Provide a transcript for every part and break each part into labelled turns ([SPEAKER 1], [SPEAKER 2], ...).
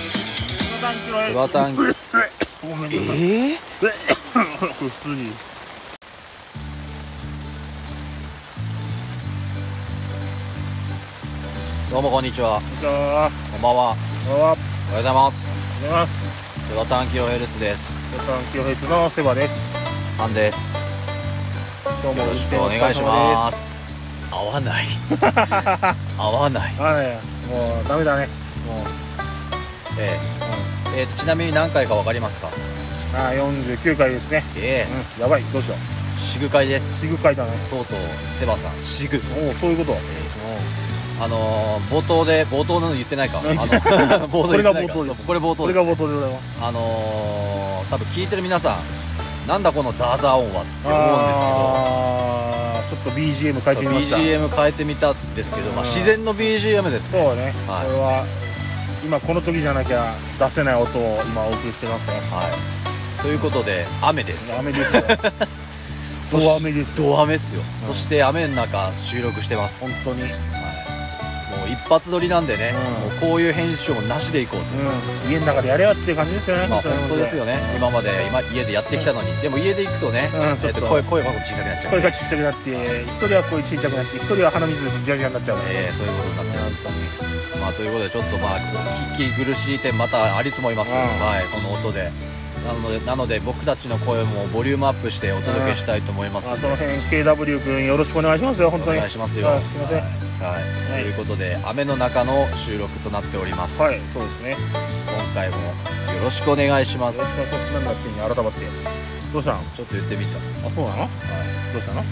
[SPEAKER 1] タン嫌い
[SPEAKER 2] バタン
[SPEAKER 1] うっごめんなさい
[SPEAKER 2] ええ
[SPEAKER 1] これ普通に
[SPEAKER 2] どうもこんにちは
[SPEAKER 1] じゃあ
[SPEAKER 2] こんばんは
[SPEAKER 1] おはよう
[SPEAKER 2] おはようございます
[SPEAKER 1] ございます
[SPEAKER 2] ワタンキロヘルツです
[SPEAKER 1] 予算清平のセバです
[SPEAKER 2] ハンですよ
[SPEAKER 1] どうも
[SPEAKER 2] ろしくお願いします合わない 合わない
[SPEAKER 1] はいもうダメだねもう
[SPEAKER 2] えええちなみに何回かわかりますか
[SPEAKER 1] あ49回ですね
[SPEAKER 2] ええ
[SPEAKER 1] うんやばいどうしよ
[SPEAKER 2] シグ会で
[SPEAKER 1] う
[SPEAKER 2] す
[SPEAKER 1] シグ回だね
[SPEAKER 2] とうとうセバさんシグ
[SPEAKER 1] おおそういうこと
[SPEAKER 2] あのー、冒頭で冒頭なの言って ないかあの
[SPEAKER 1] 言って
[SPEAKER 2] 冒頭言ってないか
[SPEAKER 1] これが冒頭です
[SPEAKER 2] そうこれ冒頭
[SPEAKER 1] こ
[SPEAKER 2] で
[SPEAKER 1] れ
[SPEAKER 2] す
[SPEAKER 1] が冒頭でございます
[SPEAKER 2] あのー、多分聞いてる皆さんなんだこのザーザー音はって思うんです
[SPEAKER 1] あーちょっと BGM 変え
[SPEAKER 2] け
[SPEAKER 1] て
[SPEAKER 2] ど
[SPEAKER 1] みました
[SPEAKER 2] BGM 変えてみたんですけど、まあ、
[SPEAKER 1] うん
[SPEAKER 2] 自然の BGM ですね
[SPEAKER 1] そうね、
[SPEAKER 2] はい
[SPEAKER 1] これは今この時じゃなきゃ出せない音を今お送りしてますね
[SPEAKER 2] はいということで雨です
[SPEAKER 1] 雨ですよ
[SPEAKER 2] そし
[SPEAKER 1] 大雨ですよ
[SPEAKER 2] ド雨ですよ、
[SPEAKER 1] うん
[SPEAKER 2] そして雨の中収録してます、
[SPEAKER 1] 本
[SPEAKER 2] はい
[SPEAKER 1] 当にうん
[SPEAKER 2] もう一発撮りなんでね、
[SPEAKER 1] うん
[SPEAKER 2] もうこういう編集もなしでいこうと
[SPEAKER 1] 家の中でやれよっていう感じですよね
[SPEAKER 2] まあ本当ですよね今まで今家でやってきたのに、でも家で行くとね、
[SPEAKER 1] うん
[SPEAKER 2] えっ
[SPEAKER 1] ちょっと
[SPEAKER 2] と声声が小さくなっちゃう
[SPEAKER 1] 声がちっちゃくなって一人は声ちっちゃくなって一人は鼻水ぐちゃぐちゃになっちゃうね
[SPEAKER 2] えーそういうことになっちゃいますかまあ、ということでちょっとまあ聞き苦しい点またありと思います、
[SPEAKER 1] うん
[SPEAKER 2] はいこの音でなのでなので僕たちの声もボリュームアップしてお届けしたいと思います
[SPEAKER 1] まあ、
[SPEAKER 2] んで、
[SPEAKER 1] その辺 KW 君よろしくお願いしますよ本当
[SPEAKER 2] お
[SPEAKER 1] に
[SPEAKER 2] 願いしますよ
[SPEAKER 1] はいすいません
[SPEAKER 2] はいはい
[SPEAKER 1] はい
[SPEAKER 2] ということで雨の中の収録となっております、
[SPEAKER 1] はいそうですねよ
[SPEAKER 2] 今回もよろしくお願いしま
[SPEAKER 1] ろ
[SPEAKER 2] す
[SPEAKER 1] しくお願いしますなんだってに改まってどうしたの
[SPEAKER 2] ちょっと言ってみた、
[SPEAKER 1] あそうなの
[SPEAKER 2] はい
[SPEAKER 1] どうしたの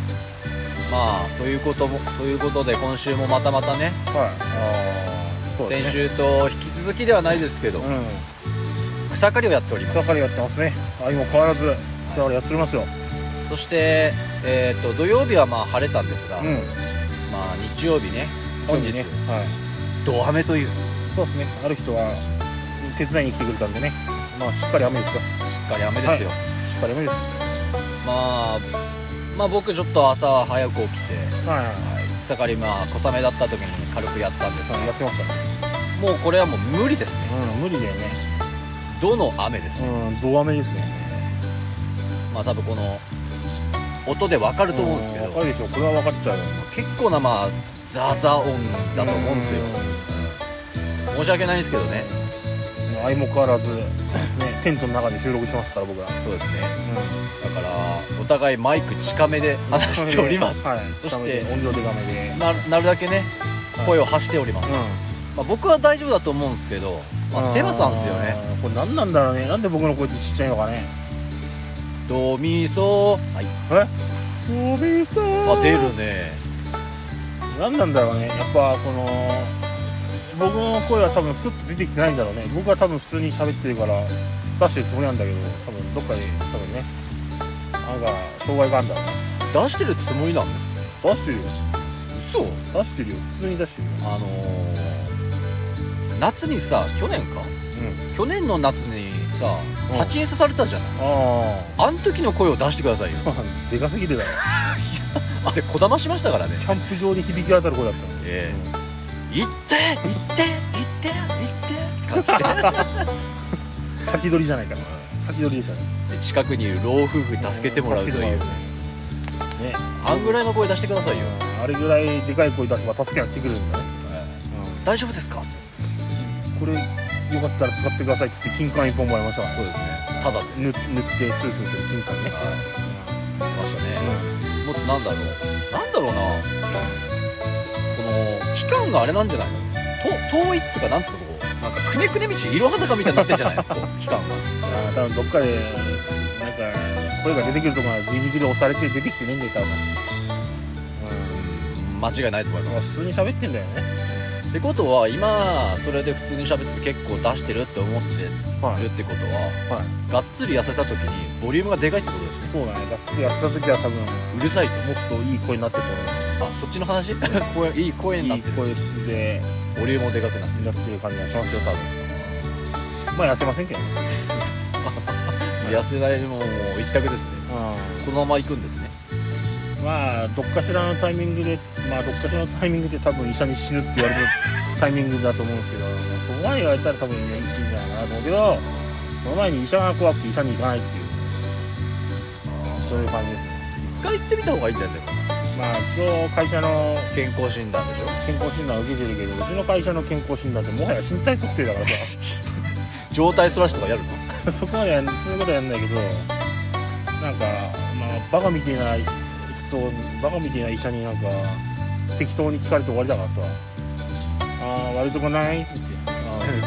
[SPEAKER 2] まあということもということで今週もまたまたね
[SPEAKER 1] はいあーそうで
[SPEAKER 2] 先
[SPEAKER 1] すね
[SPEAKER 2] 週と引き続きではないですけど、
[SPEAKER 1] うん
[SPEAKER 2] 草刈りをやっております
[SPEAKER 1] 草刈りやってますねあ今変わらず草刈りやっておりますよ
[SPEAKER 2] そして、えー、と土曜日はまあ晴れたんですが、
[SPEAKER 1] うん
[SPEAKER 2] まあ、日曜日ね本日
[SPEAKER 1] ねはい
[SPEAKER 2] 土雨というし
[SPEAKER 1] そうですねある人は手伝いに来てくれたんでねまあしっかり雨ですよ
[SPEAKER 2] っかり雨ですよ、
[SPEAKER 1] しっかり雨です
[SPEAKER 2] まあまあ僕ちょっと朝早く起きて、
[SPEAKER 1] はい
[SPEAKER 2] はい草刈りまあ小雨だった時に軽くやったんですが、
[SPEAKER 1] やってましたね
[SPEAKER 2] もうこれはもう無理ですね
[SPEAKER 1] うん無理だよね
[SPEAKER 2] どの雨ですね、
[SPEAKER 1] うん同雨ですね
[SPEAKER 2] まあ多分この音でわかると思うんですけど、
[SPEAKER 1] 分かるでしょこれは分かっちゃうよ
[SPEAKER 2] 結構なまあザーザー音だと思うんですよ、申し訳ないんですけどね
[SPEAKER 1] うん相も変わらず、ね、テントの中で収録してますから僕ら、
[SPEAKER 2] そうですね
[SPEAKER 1] う
[SPEAKER 2] だからお互いマイク近めで
[SPEAKER 1] ん
[SPEAKER 2] 話しております、
[SPEAKER 1] はい、
[SPEAKER 2] そして
[SPEAKER 1] 音量でかめで、
[SPEAKER 2] ななるだけね
[SPEAKER 1] はい
[SPEAKER 2] 声を発しております、まあ、僕は大丈夫だと思うんですけど、まあ、セバさんですよね
[SPEAKER 1] あーこれ何なんだろうねなんで僕の声ってちっちゃいのかね
[SPEAKER 2] ドミソはい
[SPEAKER 1] え飛びそう
[SPEAKER 2] あ出るね
[SPEAKER 1] 何なんだろうねやっぱこの僕の声は多分スッと出てきてないんだろうね僕は多分普通に喋ってるから出してるつもりなんだけど多分どっかで多分ねなんか障害があるんだろうね
[SPEAKER 2] 出してるつもりなの
[SPEAKER 1] 出してるよ
[SPEAKER 2] 嘘
[SPEAKER 1] 出してるよ普通に出してるよ
[SPEAKER 2] あのー、夏にさ去年か
[SPEAKER 1] うん
[SPEAKER 2] 去年の夏にさ
[SPEAKER 1] うん
[SPEAKER 2] 蜂に刺されたじゃない
[SPEAKER 1] ああ
[SPEAKER 2] あん時の声を出してくださいよ
[SPEAKER 1] そうなんだでかすぎるだろ
[SPEAKER 2] あれこだましましたからね
[SPEAKER 1] キャンプ場で響き渡る声だったの
[SPEAKER 2] ええ行って行って行って行ってって感
[SPEAKER 1] 先取りじゃないかな先取りでしたね
[SPEAKER 2] じ でで近くにいる老夫婦助けてもらうと
[SPEAKER 1] 助け
[SPEAKER 2] いう
[SPEAKER 1] ねね
[SPEAKER 2] あんぐらいの声出してくださいよ
[SPEAKER 1] あれぐらいでかい声出せば助けが来てくれるんだね、
[SPEAKER 2] 大丈夫ですか
[SPEAKER 1] これよかったら使ってくださいっつって金管一本もらいましたわ
[SPEAKER 2] そうですねただで
[SPEAKER 1] 塗塗ってスースーする金管ね、
[SPEAKER 2] ましたね、もっとなんだろうなんだろうなこの期間があれなんじゃないのと遠いっつうかなんつうかこうなんかくねくね道いろは坂みたいになってんじゃないのこう期間が
[SPEAKER 1] あー多分どっかでなんか声が出てくるとこは人力で押されて出てきてねえんだよ多分
[SPEAKER 2] 間違いないと思い
[SPEAKER 1] まあ
[SPEAKER 2] ま
[SPEAKER 1] 普
[SPEAKER 2] す
[SPEAKER 1] 通に喋ってんだよね
[SPEAKER 2] ってことは今それで普通に喋って結構出してるって思って
[SPEAKER 1] は
[SPEAKER 2] るってことは、
[SPEAKER 1] はい
[SPEAKER 2] がっつり痩せた時にボリュームがでかいってことです
[SPEAKER 1] そ
[SPEAKER 2] ね
[SPEAKER 1] うだねだってやった時は多分も
[SPEAKER 2] うるさいと
[SPEAKER 1] っといい声になってたと
[SPEAKER 2] あそっちの話声いい声
[SPEAKER 1] 思
[SPEAKER 2] にな
[SPEAKER 1] うい
[SPEAKER 2] っ
[SPEAKER 1] い
[SPEAKER 2] てる
[SPEAKER 1] 声質で
[SPEAKER 2] ボリュームもでかくなってる
[SPEAKER 1] なってる感じがしますよ多分まあ痩せませんけどね
[SPEAKER 2] 痩せられるものも一択ですねこのまま行くんですね
[SPEAKER 1] まあどっかしらのタイミングでまあどっかしらのタイミングで多分医者に死ぬって言われるタイミングだと思うんですけど、もうそこまで言われたら多分ね、一気にじゃないかなと思うけど、その前に医者が怖くて医者に行かないっていう、そういう感じです。
[SPEAKER 2] 一回行ってみた方がいいんじゃないか
[SPEAKER 1] まあ一応会社の
[SPEAKER 2] な健康診断でしょ
[SPEAKER 1] 健康診断を受けてるけど、うちの会社の健康診断ってもはや身体測定だからさ、
[SPEAKER 2] 状態そらしとかやる の
[SPEAKER 1] そこまでやんそういうことはやんないけど、なんか、まあ、バカみたいな人を、バカみたいな医者になんか、適当に聞かれて終わりだからさ、ああ、割とこないって言って。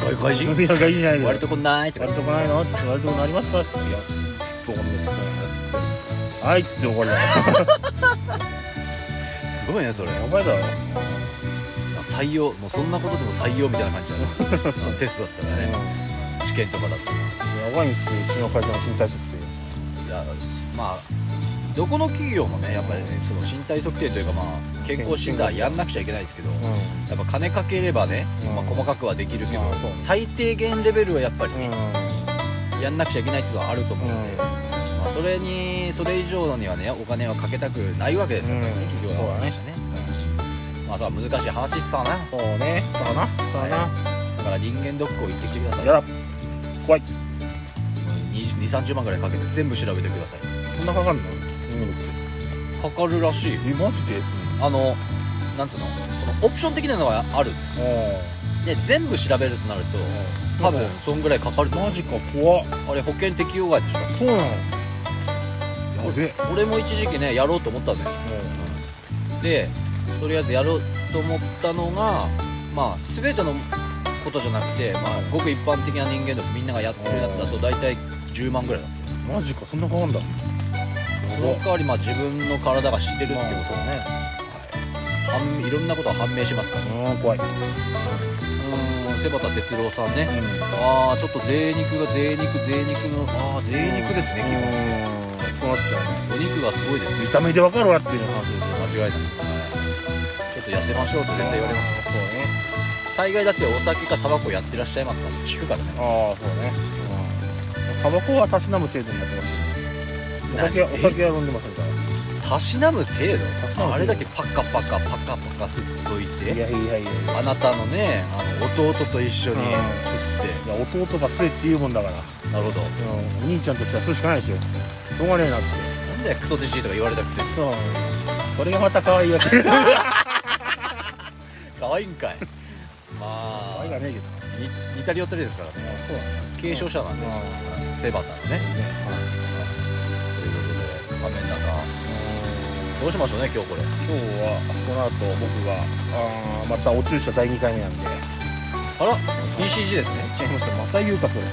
[SPEAKER 2] 外外人
[SPEAKER 1] いや外人じゃないよ
[SPEAKER 2] 割とこんないって
[SPEAKER 1] 割とこないのって言って割とこなりますかって言っていやちょっとわかんないっすってはいっつって終わりだよ
[SPEAKER 2] すごいねそれ
[SPEAKER 1] やばいだろ
[SPEAKER 2] 採用もうそんなことでも採用みたいな感 じだねそのテストだったらね試験とかだったら
[SPEAKER 1] やばいんですようちの会社の身体測定
[SPEAKER 2] いやまあどこの企業もねやっぱり、ね、その身体測定というかまあ健康診断やんなくちゃいけないですけど、や
[SPEAKER 1] う
[SPEAKER 2] っぱ金かければね、
[SPEAKER 1] うん
[SPEAKER 2] まあ、細かくはできるけど、
[SPEAKER 1] まあそう
[SPEAKER 2] 最低限レベルはやっぱり
[SPEAKER 1] ん
[SPEAKER 2] ね、
[SPEAKER 1] う
[SPEAKER 2] やんなくちゃいけないっていうのはあると思うので、
[SPEAKER 1] うん
[SPEAKER 2] まあ、それにそれ以上にはねお金はかけたくないわけですよね、
[SPEAKER 1] うん
[SPEAKER 2] 企業
[SPEAKER 1] そうだね
[SPEAKER 2] 会社ねまあさ難しい話っすわなだ
[SPEAKER 1] そうねそうだなそうだな
[SPEAKER 2] から人間ドックを行ってきてください
[SPEAKER 1] やだ怖い
[SPEAKER 2] 2 0 3 0万ぐらいかけて全部調べてください
[SPEAKER 1] そんなかかんの
[SPEAKER 2] かかるらしいよ
[SPEAKER 1] えマジで
[SPEAKER 2] あのなんつうのこのオプション的なのがあるで全部調べるとなると多分そんぐらいかかると思う
[SPEAKER 1] マジか怖っ
[SPEAKER 2] あれ保険適用外でし
[SPEAKER 1] そうなのやべえ
[SPEAKER 2] ょ俺も一時期ねやろうと思ったんだよでとりあえずやろうと思ったのがまあ全てのことじゃなくて、まあ、ごく一般的な人間でみんながやってるやつだと大体10万ぐらいだった
[SPEAKER 1] マジかそんなかかんだ
[SPEAKER 2] その代わりまあ自分の体が知ってるってこと
[SPEAKER 1] まあそうね
[SPEAKER 2] 判いろんなことが判明しますから
[SPEAKER 1] うん怖いうん
[SPEAKER 2] うーん瀬端哲郎さんねああちょっと贅肉が贅肉贅肉のああ贅肉ですね基
[SPEAKER 1] うんそうなっちゃうね
[SPEAKER 2] 本お肉がすごいですね
[SPEAKER 1] 見た目でわかるわっていう話ですよ
[SPEAKER 2] 間違いないちょっと痩せましょうって絶対言われます
[SPEAKER 1] そうね
[SPEAKER 2] 大概だってお酒かタバコやってらっしゃいますから聞くからね
[SPEAKER 1] ああそうねタバコはたしなむ程度になってますお酒は
[SPEAKER 2] 何
[SPEAKER 1] お酒は飲んでませんか
[SPEAKER 2] たしなむ程
[SPEAKER 1] たしなむ程
[SPEAKER 2] 度
[SPEAKER 1] 度
[SPEAKER 2] あれだけパカパカパカパカ吸っとい
[SPEAKER 1] らい
[SPEAKER 2] て
[SPEAKER 1] やいやいやいや
[SPEAKER 2] あなたのねあの弟と一緒
[SPEAKER 1] う
[SPEAKER 2] に吸
[SPEAKER 1] ん
[SPEAKER 2] っ
[SPEAKER 1] いや弟が末っていうもんだから、
[SPEAKER 2] てなるほど
[SPEAKER 1] うん、お兄ちゃんとしては吸うしかないですよしょうがねえなっつっ
[SPEAKER 2] なんだよクソじじいとか言われたくせに
[SPEAKER 1] てそうそれがまた可愛いわけ可
[SPEAKER 2] 可愛いんかいまあ
[SPEAKER 1] 愛いがねえけど
[SPEAKER 2] に似たり寄ったりですからね
[SPEAKER 1] あそう
[SPEAKER 2] 継承者なんで
[SPEAKER 1] なんだ
[SPEAKER 2] セバタのねということで仮面中どうしましょうね今日これ
[SPEAKER 1] 今日はこの後僕があーまたお注射第2回目なんで
[SPEAKER 2] あら BCG ですね
[SPEAKER 1] 違いますまた言うかそれ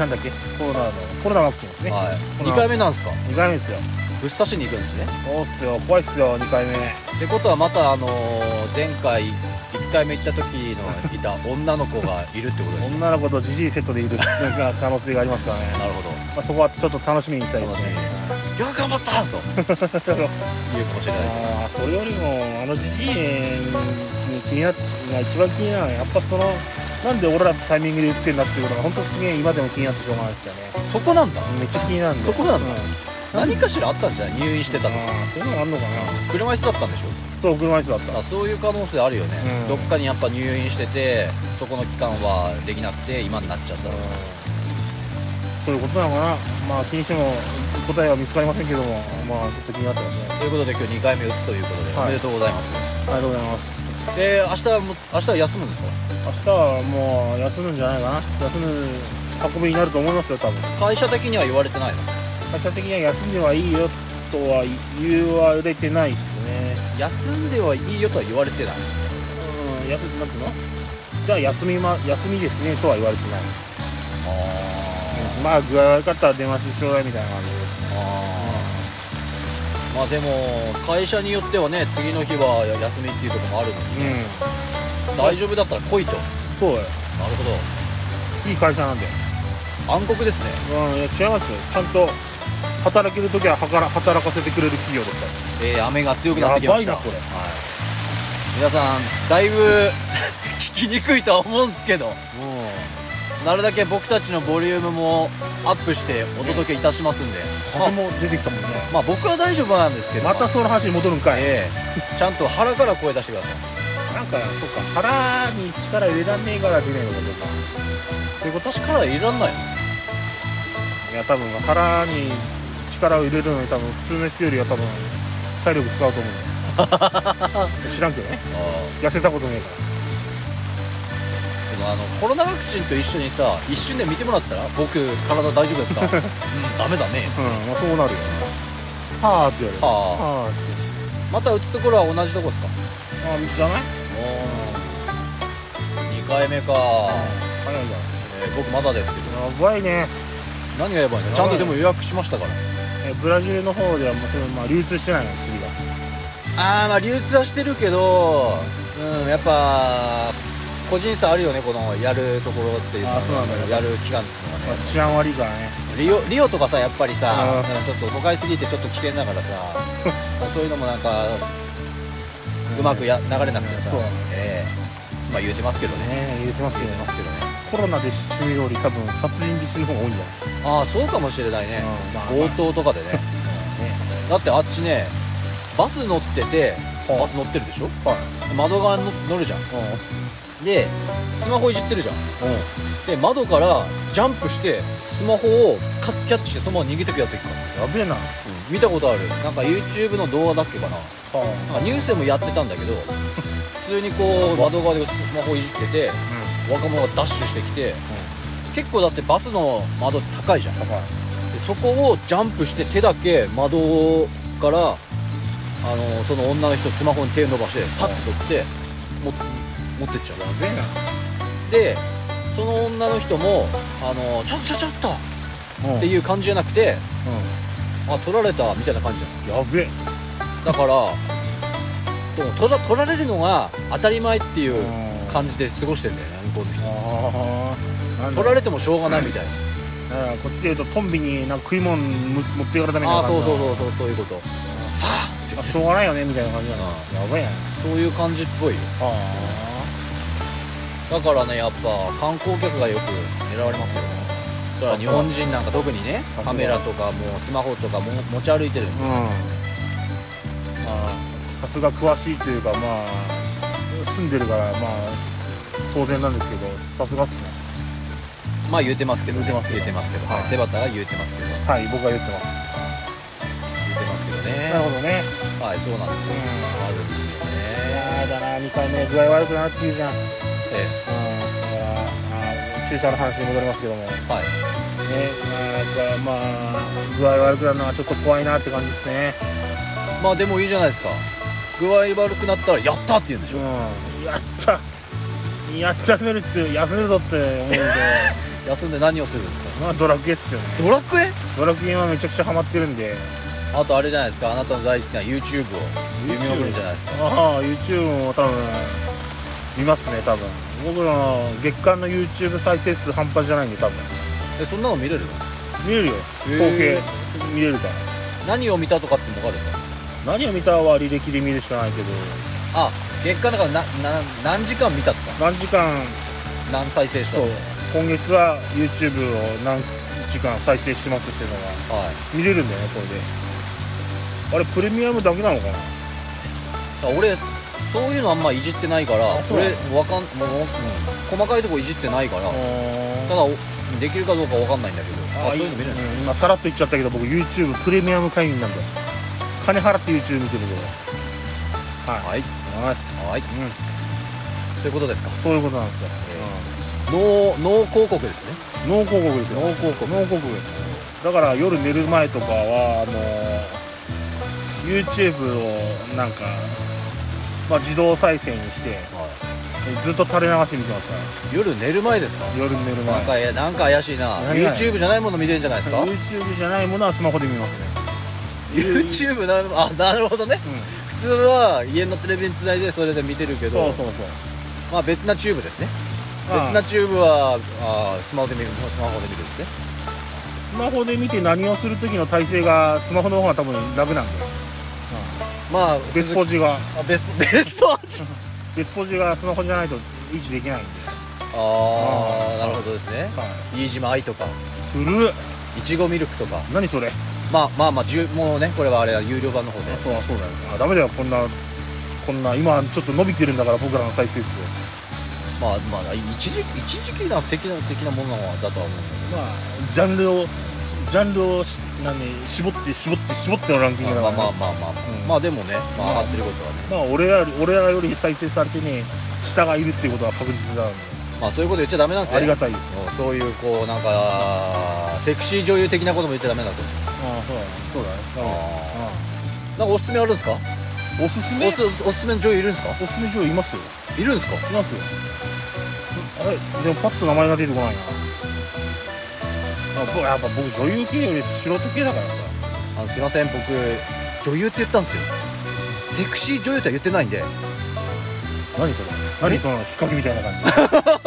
[SPEAKER 1] なんだっけコロナのコロナワクチンですね
[SPEAKER 2] はい
[SPEAKER 1] この
[SPEAKER 2] 2回目なんですか
[SPEAKER 1] 2回目ですよ
[SPEAKER 2] ぶっ刺しに行くんですね
[SPEAKER 1] そうっすよ怖いっすよ2回目
[SPEAKER 2] ってことはまたあのー前回1回目行った時のいた女の子がいるってことですね
[SPEAKER 1] 女の子とジジイセットでいるなんか可能性がありますからね、
[SPEAKER 2] なるほど
[SPEAKER 1] まあ、そこはちょっと楽しみにしたいですね
[SPEAKER 2] よく頑張った と言うかもしれない
[SPEAKER 1] あーそれよりもあのジジイに気になっが一番気になるのはやっぱそのなんで俺らのタイミングで打ってんだっていうことが本当すげえ今でも気になってしょうがないですよね
[SPEAKER 2] そこなんだ
[SPEAKER 1] めっちゃ気になるんだよ
[SPEAKER 2] そこな
[SPEAKER 1] うんん
[SPEAKER 2] だ
[SPEAKER 1] あ
[SPEAKER 2] 何かしらあったんじゃない入院してたとか
[SPEAKER 1] ーそういうのがあんのかな
[SPEAKER 2] 車椅子だったんでしょ
[SPEAKER 1] そう車椅子だっ
[SPEAKER 2] だからそういう可能性あるよね、
[SPEAKER 1] うん
[SPEAKER 2] どっかにやっぱ入院しててそこの期間はできなくて今になっちゃっ
[SPEAKER 1] た、
[SPEAKER 2] たと
[SPEAKER 1] う
[SPEAKER 2] か
[SPEAKER 1] んそういうことなのかなまあ気にしても答えは見つかりませんけどもまあちょっと気になってますね
[SPEAKER 2] ということで今日2回目打つということで、
[SPEAKER 1] はい
[SPEAKER 2] おめでとうございます
[SPEAKER 1] ありがとうございます
[SPEAKER 2] で明日はも明日は休むんですか
[SPEAKER 1] 明日はもう休むんじゃないかな休む運びになると思いますよ多分
[SPEAKER 2] 会社的には言われてないの
[SPEAKER 1] 会社的には休んではいいよとは言われてないっすね
[SPEAKER 2] 休んではいいよとは言われてない
[SPEAKER 1] うん休なんていうのじゃあ休みま休みですねとは言われてない、
[SPEAKER 2] あ
[SPEAKER 1] まあ具合悪かったら電話してちょうだいみたいな感じです
[SPEAKER 2] あーまあでも会社によってはね次の日は休みっていうとこもあるのに
[SPEAKER 1] うん
[SPEAKER 2] 大丈夫だったら来いとなる
[SPEAKER 1] そうよ
[SPEAKER 2] ほ
[SPEAKER 1] いい会社なんで
[SPEAKER 2] ど暗黒ですね
[SPEAKER 1] うんいや違いますよちゃんと働ける時ははから働かせてくれる企業ですから
[SPEAKER 2] えー雨が強くなってきました
[SPEAKER 1] やばいなこれ
[SPEAKER 2] はい、皆さんだいぶ 聞きにくいとは思うんですけど
[SPEAKER 1] も
[SPEAKER 2] なるだけ僕たちのボリュームもアップしてお届けいたしますんで、まあ
[SPEAKER 1] 風も出てきたもんね
[SPEAKER 2] まあ僕は大丈夫なんですけど
[SPEAKER 1] またその話に戻るんかい
[SPEAKER 2] ええちゃんと腹から声出してください
[SPEAKER 1] なんかそっか腹に力入れらんねえから出ないのかどうかっていうこと
[SPEAKER 2] 力いらんない
[SPEAKER 1] いや多分腹に力を入れるのに多分普通の人よりは多分体力使うと思 うんだよ知らんけどね
[SPEAKER 2] あ
[SPEAKER 1] 痩せたことねえか
[SPEAKER 2] そのあのコロナワクチンと一緒にさ一瞬で見てもらったら僕体大丈夫 ですか、うん、ダメだね
[SPEAKER 1] らうんまあそうなるよねはあって言われる
[SPEAKER 2] はあ
[SPEAKER 1] はあって
[SPEAKER 2] また打つところは同じとこですか
[SPEAKER 1] あじゃない
[SPEAKER 2] 2回目か、
[SPEAKER 1] 早いんだ
[SPEAKER 2] えー僕まだですけど
[SPEAKER 1] やばいね
[SPEAKER 2] 何がやばいのちゃんとでも予約しましたから
[SPEAKER 1] えブラジルの方ではもちろんまあ流通してないの釣りが
[SPEAKER 2] あーまあ流通はしてるけどうんやっぱ個人差あるよねこのやるところっていう
[SPEAKER 1] あ
[SPEAKER 2] か
[SPEAKER 1] ーそうなんだ
[SPEAKER 2] やる期間っていうのはね
[SPEAKER 1] まあ治安悪いからね
[SPEAKER 2] リオリオとかさやっぱりさ
[SPEAKER 1] あー
[SPEAKER 2] なんかちょっと都会すぎてちょっと危険だからさそういうのもなんかうまくや流れなくてさ、
[SPEAKER 1] そう
[SPEAKER 2] ええまあ言うてますけどね
[SPEAKER 1] ね言ってますけ
[SPEAKER 2] 言う
[SPEAKER 1] ど
[SPEAKER 2] てますけどね
[SPEAKER 1] コロナで死ぬより多分殺人で死ぬ方が多いんじゃない
[SPEAKER 2] ああそうかもしれないね、
[SPEAKER 1] うんまあ
[SPEAKER 2] 強盗とかでねだってあっちねバス乗ってて
[SPEAKER 1] はい
[SPEAKER 2] バス乗ってるでしょ
[SPEAKER 1] はい
[SPEAKER 2] 窓側に乗乗るじゃんでスマホいじってるじゃん
[SPEAKER 1] うんうん
[SPEAKER 2] で窓からジャンプしてスマホをカッキャッチしてそのまま逃げてくやついるから、
[SPEAKER 1] やべえなは
[SPEAKER 2] 見たことあるなんか YouTube の動画だっけかななんかニュースでもやってたんだけど普通にこう窓側でスマホいじってて若者がダッシュしてきて結構だってバスの窓高いじゃん
[SPEAKER 1] うん高い
[SPEAKER 2] でそこをジャンプして手だけ窓からあのその女の人スマホに手伸ばしてさっと取っても持ってっちゃう
[SPEAKER 1] やべえな
[SPEAKER 2] でその女の人も「あのちょっとちょっとちょっと」
[SPEAKER 1] うん
[SPEAKER 2] っていう感じじゃなくて
[SPEAKER 1] う
[SPEAKER 2] 「あ取られた」みたいな感じじ
[SPEAKER 1] んやべえ
[SPEAKER 2] ゃんだからでも取ら取られるのが当たり前っていう
[SPEAKER 1] うん
[SPEAKER 2] 感じで過ごしてんだよね向こうの人
[SPEAKER 1] ああなんだ
[SPEAKER 2] 取られてもしょうがないみたい
[SPEAKER 1] うんこっちで言うとコンビニなんか食い物む持っていかれたみたい
[SPEAKER 2] な
[SPEAKER 1] な
[SPEAKER 2] ああそうそうそううそうそういうことさあって
[SPEAKER 1] あしょうがないよねみたいな感じだな
[SPEAKER 2] う
[SPEAKER 1] やばいな
[SPEAKER 2] そういう感じっぽいよ
[SPEAKER 1] あ
[SPEAKER 2] だからねやっぱ観光客がよく狙われますよねそれは日本人なんか特にね
[SPEAKER 1] さすが
[SPEAKER 2] カメラとかもうスマホとかも持ち歩いてるんで
[SPEAKER 1] うんまあさすが詳しいというかまあ住んでるからまあ当然なんですけどさすがっすね
[SPEAKER 2] まあ言うてますけど、ね、
[SPEAKER 1] 言うてますけど
[SPEAKER 2] 言うてますけど、
[SPEAKER 1] はい
[SPEAKER 2] はい、セバタが言うてますけど言う
[SPEAKER 1] はい僕は言ってます
[SPEAKER 2] てますけど
[SPEAKER 1] なるほ
[SPEAKER 2] ね
[SPEAKER 1] どね
[SPEAKER 2] はいそうなんですよ
[SPEAKER 1] うん
[SPEAKER 2] あるんですよ
[SPEAKER 1] い
[SPEAKER 2] ね
[SPEAKER 1] やーだな2回目具合悪くなっていうじゃんうん
[SPEAKER 2] え
[SPEAKER 1] だからあー注射の話に戻りますけどもね
[SPEAKER 2] えはい
[SPEAKER 1] まあ具合悪くなるのはちょっと怖いなって感じですね
[SPEAKER 2] まあでもいいじゃないですか具合悪くなったら「やった!」って言うんでしょ
[SPEAKER 1] うんやったやっ休めるって休めるぞって思うんで
[SPEAKER 2] 休んで何をするんですか
[SPEAKER 1] まあドラクエっすよね
[SPEAKER 2] ドラクエ
[SPEAKER 1] ドラクエはめちゃくちゃハマってるんで
[SPEAKER 2] あとあれじゃないですかあなたの大好きな YouTube を見守るんじゃないですか
[SPEAKER 1] ああ YouTube も多分見ますね多分僕の月間の YouTube 再生数半端じゃないんで多分
[SPEAKER 2] えそんなの見れるの
[SPEAKER 1] 見れるよ
[SPEAKER 2] へ
[SPEAKER 1] 統
[SPEAKER 2] え
[SPEAKER 1] 計見れるから
[SPEAKER 2] 何を見たとかっていうのがあるの
[SPEAKER 1] 何を見たは履歴で見るしかないけど
[SPEAKER 2] あ月間だからなな何時間見たとか
[SPEAKER 1] 何時間
[SPEAKER 2] 何再生した
[SPEAKER 1] そう
[SPEAKER 2] と
[SPEAKER 1] 今月は YouTube を何時間再生してますっていうのが
[SPEAKER 2] かはい
[SPEAKER 1] 見れるんだよねこれであれプレミアムだけなのかな
[SPEAKER 2] だから俺そういうのあんまいじってないから
[SPEAKER 1] あそう
[SPEAKER 2] 俺
[SPEAKER 1] なの
[SPEAKER 2] わかんもう、うん細かいとこいじってないからただおできるかどうかわかんないんだけどあそういうの見れるんです
[SPEAKER 1] うん今さらっと言っちゃったけど僕 YouTube プレミアム会員なんだよ金払って YouTube 見てるけどはい、
[SPEAKER 2] はい
[SPEAKER 1] はい
[SPEAKER 2] はい
[SPEAKER 1] うん、
[SPEAKER 2] そういうことですか
[SPEAKER 1] そういうことなんですよ、
[SPEAKER 2] 脳脳広告ですね
[SPEAKER 1] 脳広告ですよ
[SPEAKER 2] 脳広告
[SPEAKER 1] 脳広告だから夜寝る前とかはもう YouTube をなんか、まあ、自動再生にして
[SPEAKER 2] は
[SPEAKER 1] ずっと垂れ流して見てますから
[SPEAKER 2] い夜寝る前ですか
[SPEAKER 1] 夜寝る
[SPEAKER 2] なんか
[SPEAKER 1] 前
[SPEAKER 2] えなんか怪しいな
[SPEAKER 1] 何が
[SPEAKER 2] YouTube じゃないもの見てんじゃないですか
[SPEAKER 1] YouTube じゃないものはスマホで見ますね
[SPEAKER 2] YouTube なあなるほど
[SPEAKER 1] う
[SPEAKER 2] ね
[SPEAKER 1] ん
[SPEAKER 2] 普通は家のテレビにつないでそれで見てるけ
[SPEAKER 1] そう
[SPEAKER 2] ど
[SPEAKER 1] そうそう
[SPEAKER 2] まあ別なチューブですね
[SPEAKER 1] ああ
[SPEAKER 2] 別なチューブはあスマホで見るスマホで見るんですね
[SPEAKER 1] スマホで見て何をする時の体勢がスマホの方が多分楽なんで
[SPEAKER 2] まあ
[SPEAKER 1] ベスポジが
[SPEAKER 2] あベス ポベスポジ
[SPEAKER 1] ベスポジがスマホじゃないと維持できないんで、
[SPEAKER 2] ああなるほどですね
[SPEAKER 1] はい、
[SPEAKER 2] 飯島愛とか
[SPEAKER 1] 古っ
[SPEAKER 2] いちごミルクとか
[SPEAKER 1] 何それ
[SPEAKER 2] まあまあまあじゅもうねこれはあれは有料版の方で
[SPEAKER 1] そうそうだよあダメだよこんなこんな今ちょっと伸びてるんだから僕らの再生数
[SPEAKER 2] まあまあ一時一時期な的な的なものだとは思うんだ
[SPEAKER 1] まあジャンルをジャンルをし何絞って絞って絞ってのランキ
[SPEAKER 2] け
[SPEAKER 1] ング
[SPEAKER 2] ど、
[SPEAKER 1] だか
[SPEAKER 2] ま
[SPEAKER 1] ら
[SPEAKER 2] あ、
[SPEAKER 1] ね
[SPEAKER 2] まあまあまあまあ、
[SPEAKER 1] うん
[SPEAKER 2] まあでもね、まあ、
[SPEAKER 1] まあ
[SPEAKER 2] 上がってることはね
[SPEAKER 1] まあ俺らより俺らより再生されてね下がいるっていうことは確実なので
[SPEAKER 2] まあそういうこと言っちゃダメなんです
[SPEAKER 1] ありが
[SPEAKER 2] よ
[SPEAKER 1] たいですよ
[SPEAKER 2] そうそういうこうなんかセクシー女優的なことも言っちゃダメだと
[SPEAKER 1] ああそうだねそうだねあ
[SPEAKER 2] あーなんかおすすめあるんですか
[SPEAKER 1] あおすすめ
[SPEAKER 2] お
[SPEAKER 1] おす
[SPEAKER 2] すおすすめの女優いるんですか
[SPEAKER 1] すめ女優いますよ
[SPEAKER 2] いるんですか
[SPEAKER 1] いますよあれでもパッと名前が出てこないなあ僕やっぱ僕女優系より素人系だからさ
[SPEAKER 2] あのすいません僕女優って言ったんですよセクシー女優とは言ってないんで
[SPEAKER 1] 何それ何その引っ掛けみたいな 感じ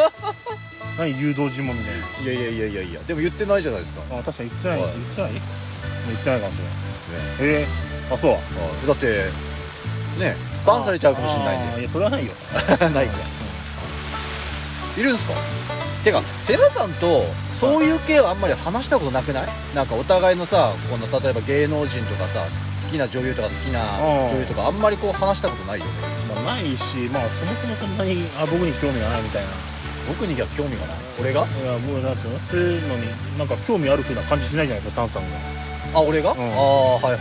[SPEAKER 1] 何誘導尋問みたい
[SPEAKER 2] いやいやいやいやいやでも言ってないじゃないですか、
[SPEAKER 1] なあ確かに言ってない
[SPEAKER 2] はい
[SPEAKER 1] 言ってないもう言ってないかもしれないええあそう
[SPEAKER 2] あだってねバンされちゃうかもしれないん
[SPEAKER 1] あーいやそれはないよ
[SPEAKER 2] でないんでいるんですかてかセナさんとそういう系はあんまり話したことなくないなんかお互いのさこの例えば芸能人とかさ好きな女優とか好きな女優とかあんまりこう話したことないよね
[SPEAKER 1] まあ、ないし、まあ、そもそもそんなにあ僕に興味がないみたいな。
[SPEAKER 2] 僕には興味がない俺が
[SPEAKER 1] いや、もうなんつうのそういうのに、なんか興味あるふうな感じしないじゃないですか、タンさんが。
[SPEAKER 2] あ俺が、
[SPEAKER 1] ん
[SPEAKER 2] ああはいはいはい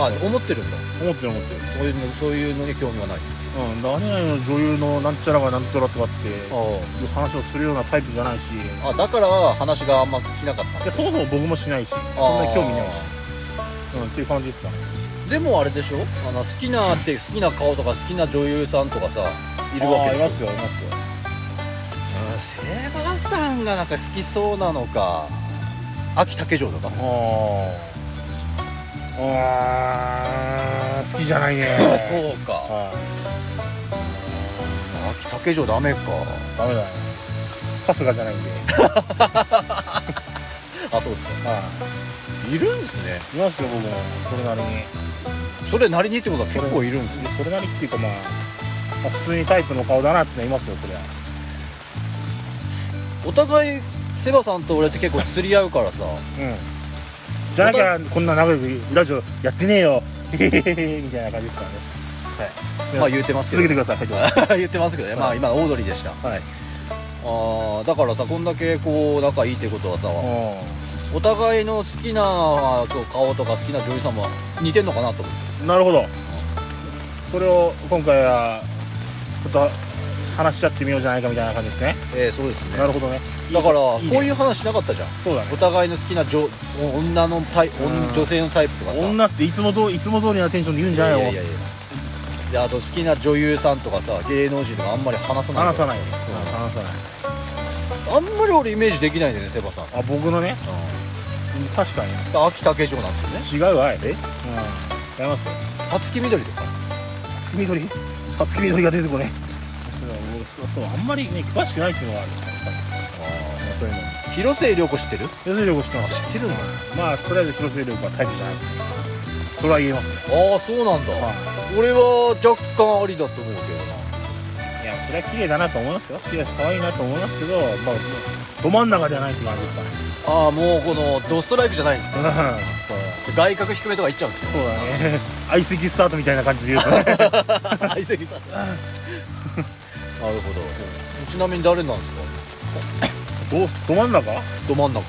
[SPEAKER 2] はいあ思ってるんだ
[SPEAKER 1] 思ってる思ってる。
[SPEAKER 2] そういうのそういうのに興味がない
[SPEAKER 1] うん、だから何々の女優のなんちゃらがなんちゃらとかって、いう
[SPEAKER 2] あ
[SPEAKER 1] 話をするようなタイプじゃないし、い
[SPEAKER 2] あだから話があんま好きなかったんで
[SPEAKER 1] や
[SPEAKER 2] す
[SPEAKER 1] そもそも僕もしないし、そんな興味ないし。うん、っていう感じですか。
[SPEAKER 2] でもあれでしょあの好きなって好きな顔とか好きな女優さんとかさいるわけで
[SPEAKER 1] あーい
[SPEAKER 2] しょ
[SPEAKER 1] ますよ、いますよ。
[SPEAKER 2] うんセバさんがなんか好きそうなのか秋竹城とか。
[SPEAKER 1] あーあー、好きじゃないね
[SPEAKER 2] そうか
[SPEAKER 1] はい。
[SPEAKER 2] 秋竹城ダメか
[SPEAKER 1] ダメだね。春日じゃないん で。
[SPEAKER 2] あそうですか
[SPEAKER 1] はい
[SPEAKER 2] るんですね
[SPEAKER 1] い。いますよ、僕も。それなりに。
[SPEAKER 2] それなりにってことは結構いるんですね
[SPEAKER 1] それなりっていうかまあ、まあ普通にタイプの顔だなってのはいますよそりゃ
[SPEAKER 2] お互いセバさんと俺って結構釣り合うからさ
[SPEAKER 1] うんじゃなきゃこんな長くラジオやってねえよ へへへへみたいな感じですからねはい
[SPEAKER 2] まあ言うてますけ
[SPEAKER 1] 続け
[SPEAKER 2] ど
[SPEAKER 1] てくださいはいどうぞ
[SPEAKER 2] 言ってますけどねまあ今オードリーでした
[SPEAKER 1] はい
[SPEAKER 2] あーだからさこんだけこう仲いいってことはさお互いの好きなそう顔とか好きな女優さんも似てんのかなと思って
[SPEAKER 1] うんなるほどそれを今回はちょっと話し合ってみようじゃないかみたいな感じですね
[SPEAKER 2] ええそうですね
[SPEAKER 1] な
[SPEAKER 2] だ
[SPEAKER 1] るほどね
[SPEAKER 2] からこ
[SPEAKER 1] いいうね
[SPEAKER 2] いう話しなかったじゃん
[SPEAKER 1] そうだね
[SPEAKER 2] お互いの好きな女女のタイプ
[SPEAKER 1] うん
[SPEAKER 2] 女性のタイプとかさ
[SPEAKER 1] 女っていつもどいつも通りなテンションで言うんじゃない
[SPEAKER 2] い
[SPEAKER 1] よ
[SPEAKER 2] やいやいやであと好きな女優さんとかさ芸能人とかあんまり話さない
[SPEAKER 1] 話さないよ
[SPEAKER 2] うん
[SPEAKER 1] 話さない
[SPEAKER 2] あんまり俺イメージできないんだよねセバさん、
[SPEAKER 1] あ僕のね
[SPEAKER 2] う
[SPEAKER 1] 確かに
[SPEAKER 2] ん、秋竹城なんですよね
[SPEAKER 1] 違うわい
[SPEAKER 2] え
[SPEAKER 1] うん違いますよ
[SPEAKER 2] さつきみどりとか
[SPEAKER 1] さつきみどりさつきみどりが出てこねえもうそうそうあんまりね詳しくないっていうのがあるそういうの
[SPEAKER 2] 広末涼子知ってる
[SPEAKER 1] 広末涼子知ってます
[SPEAKER 2] 知ってるの
[SPEAKER 1] まあとりあえず広末涼子はタイプじゃないですねそれは言えますね
[SPEAKER 2] ああそうなんだ、俺は若干ありだと思うけど
[SPEAKER 1] いやそれは綺麗だなと思いますよ綺麗だし可愛いなと思いますけどまあど真ん中じゃないっていう感じですかね
[SPEAKER 2] なああもうこのドストライクじゃないんですね
[SPEAKER 1] そう
[SPEAKER 2] 外角低めとかいっちゃうんですよ
[SPEAKER 1] そうだね相席スタートみたいな感じで言うとね
[SPEAKER 2] 相席 さんなるほどちなみに誰なんですか
[SPEAKER 1] どど真ん中
[SPEAKER 2] ど真ん中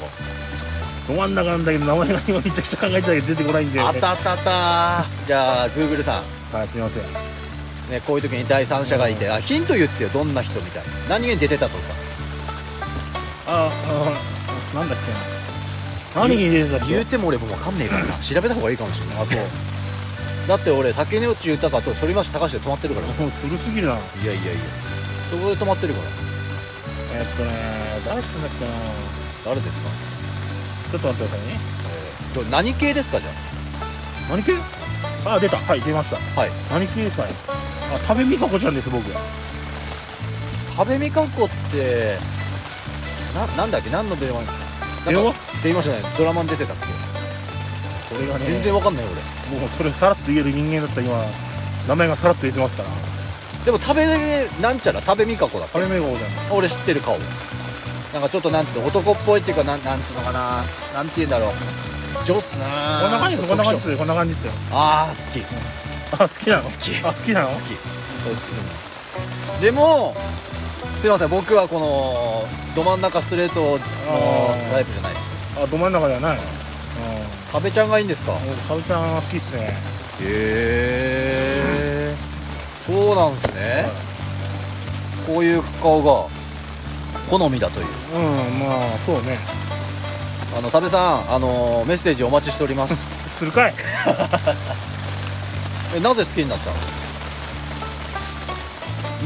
[SPEAKER 1] ど真ん中なんだけど名前が今めちゃくちゃ考えてたけど出てこないんで
[SPEAKER 2] あったあったあったじゃあグーグルさん
[SPEAKER 1] はいすいません
[SPEAKER 2] ね、こういう時に第三者がいて、あヒント言ってよどんな人みたいな何に出てたとか
[SPEAKER 1] ああなんだっけな何に出てたっ
[SPEAKER 2] 言
[SPEAKER 1] け
[SPEAKER 2] うても俺もう分かんねえからな調べた方がいいかもしれないあそうだって俺竹根内豊と反町隆史で止まってるからい
[SPEAKER 1] もう古すぎるな
[SPEAKER 2] やいやいやそこで止まってるから
[SPEAKER 1] えっとね誰っつうんだっけな
[SPEAKER 2] 誰ですか、
[SPEAKER 1] ちょっと待ってくださいね
[SPEAKER 2] えーど何系ですかじゃ
[SPEAKER 1] 何系あ出たはい出ました
[SPEAKER 2] あはい
[SPEAKER 1] 何系ですかねあ多部未華子ちゃんです僕
[SPEAKER 2] 壁美香子ってななんだっけ何の電話なんか
[SPEAKER 1] 電話
[SPEAKER 2] 電話じゃないドラマに出てたっ
[SPEAKER 1] 俺が
[SPEAKER 2] け
[SPEAKER 1] ね
[SPEAKER 2] 全然わかんないよ
[SPEAKER 1] もうそれさらっと言える人間だった今名前がさらっと言えてますから
[SPEAKER 2] 俺でも食べなんちゃら食べ美香子だっけ
[SPEAKER 1] 多部未華子ちゃん
[SPEAKER 2] 俺知ってる顔なんかちょっとなんつうの男っぽいっていうかなんなんつうのかななんて言うんだろう女子な
[SPEAKER 1] こんな感じですこんな感じ
[SPEAKER 2] 特
[SPEAKER 1] ですこんな感じですよ
[SPEAKER 2] 徴ああ好き、
[SPEAKER 1] あ好きなの
[SPEAKER 2] 好き
[SPEAKER 1] あ好きなの
[SPEAKER 2] 好きでもすいません僕はこのど真ん中ストレートの
[SPEAKER 1] あー
[SPEAKER 2] タイプじゃないです
[SPEAKER 1] あど真ん中ではないの
[SPEAKER 2] カベちゃんがいいんですか
[SPEAKER 1] うんかぶちゃんは好きっすね
[SPEAKER 2] へえそうなんですね、
[SPEAKER 1] はい
[SPEAKER 2] こういう顔が好みだという
[SPEAKER 1] うんまあそうね
[SPEAKER 2] あの多部さんあのメッセージお待ちしております
[SPEAKER 1] するかい
[SPEAKER 2] えなぜ好きになった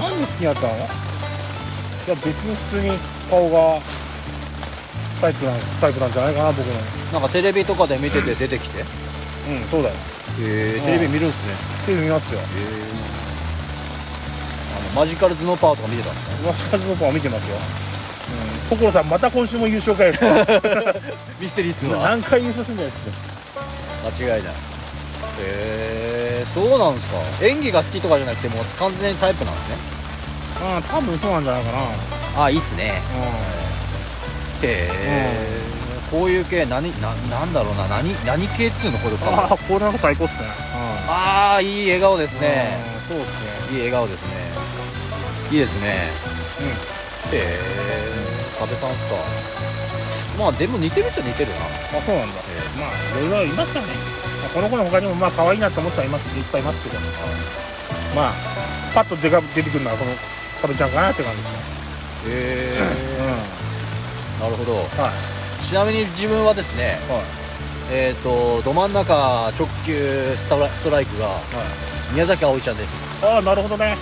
[SPEAKER 2] の
[SPEAKER 1] なんで好きになったのいや別に普通に顔がタイプなんタイプなんじゃないかな僕の
[SPEAKER 2] なんかテレビとかで見てて出てきてへ
[SPEAKER 1] うんそうだよ
[SPEAKER 2] え
[SPEAKER 1] うん
[SPEAKER 2] テレビ見るんすね
[SPEAKER 1] テレビ見ますよ
[SPEAKER 2] へえマジカルズノーパーとか見てたんですか
[SPEAKER 1] マスカジ僕は見てますよ、うん、所さんまた今週も優勝 かよ
[SPEAKER 2] ミステリーツ
[SPEAKER 1] 何回優勝すんだよって
[SPEAKER 2] 間違いないへえそうなんですか演技が好きとかじゃなくてもう完全にタイプなんですね
[SPEAKER 1] ああ多分そうなんじゃないかなうん
[SPEAKER 2] あいいっすねへえこういう系何ななんだろうな何何系っつうのこれ
[SPEAKER 1] あ
[SPEAKER 2] か
[SPEAKER 1] あこれなんか最高っすね
[SPEAKER 2] ああいい笑顔です
[SPEAKER 1] うん
[SPEAKER 2] ね
[SPEAKER 1] うんそうっすね
[SPEAKER 2] いい笑顔ですねいいですねへえ多部さんっすかまあでも似てるっちゃ似てるな
[SPEAKER 1] まあそうなんだまあいろいろいますからねまあこの子の他にもまあ可愛いなと思ったらいますいっぱいいますけどまあパッと出が出てくるのはこのカブちゃんかなって感じですね
[SPEAKER 2] へ
[SPEAKER 1] うんはい
[SPEAKER 2] なるほど
[SPEAKER 1] はい
[SPEAKER 2] ちなみに自分はですねえっ、とど真ん中直球ストラストライクが宮崎葵ちゃんです、
[SPEAKER 1] はいああなるほどね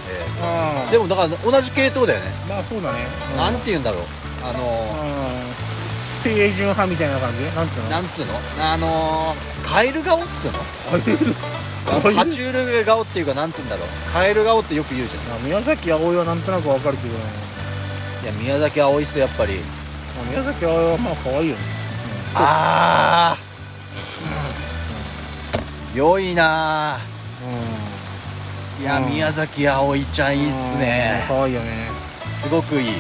[SPEAKER 1] うん
[SPEAKER 2] でもだから同じ系統だよね、
[SPEAKER 1] まあそうだねう
[SPEAKER 2] なんて言うんだろうあの
[SPEAKER 1] うん清純派みたいな感じなんつう
[SPEAKER 2] ー、
[SPEAKER 1] の
[SPEAKER 2] なんつうのあのー、カエル顔っつうの
[SPEAKER 1] カエルカエル
[SPEAKER 2] 爬虫類顔っていうかなんつうんだろうカエル顔ってよく言うじ
[SPEAKER 1] まあ宮崎葵はなんとなくわかるけどね
[SPEAKER 2] ゃんいや宮崎葵っすやっぱり
[SPEAKER 1] まあ宮崎葵はまあ可愛いよね
[SPEAKER 2] ああ良いなあ
[SPEAKER 1] う
[SPEAKER 2] いや、
[SPEAKER 1] うん
[SPEAKER 2] 宮崎葵ちゃんい
[SPEAKER 1] ん
[SPEAKER 2] いっすね
[SPEAKER 1] うん可愛いよね
[SPEAKER 2] すごくいい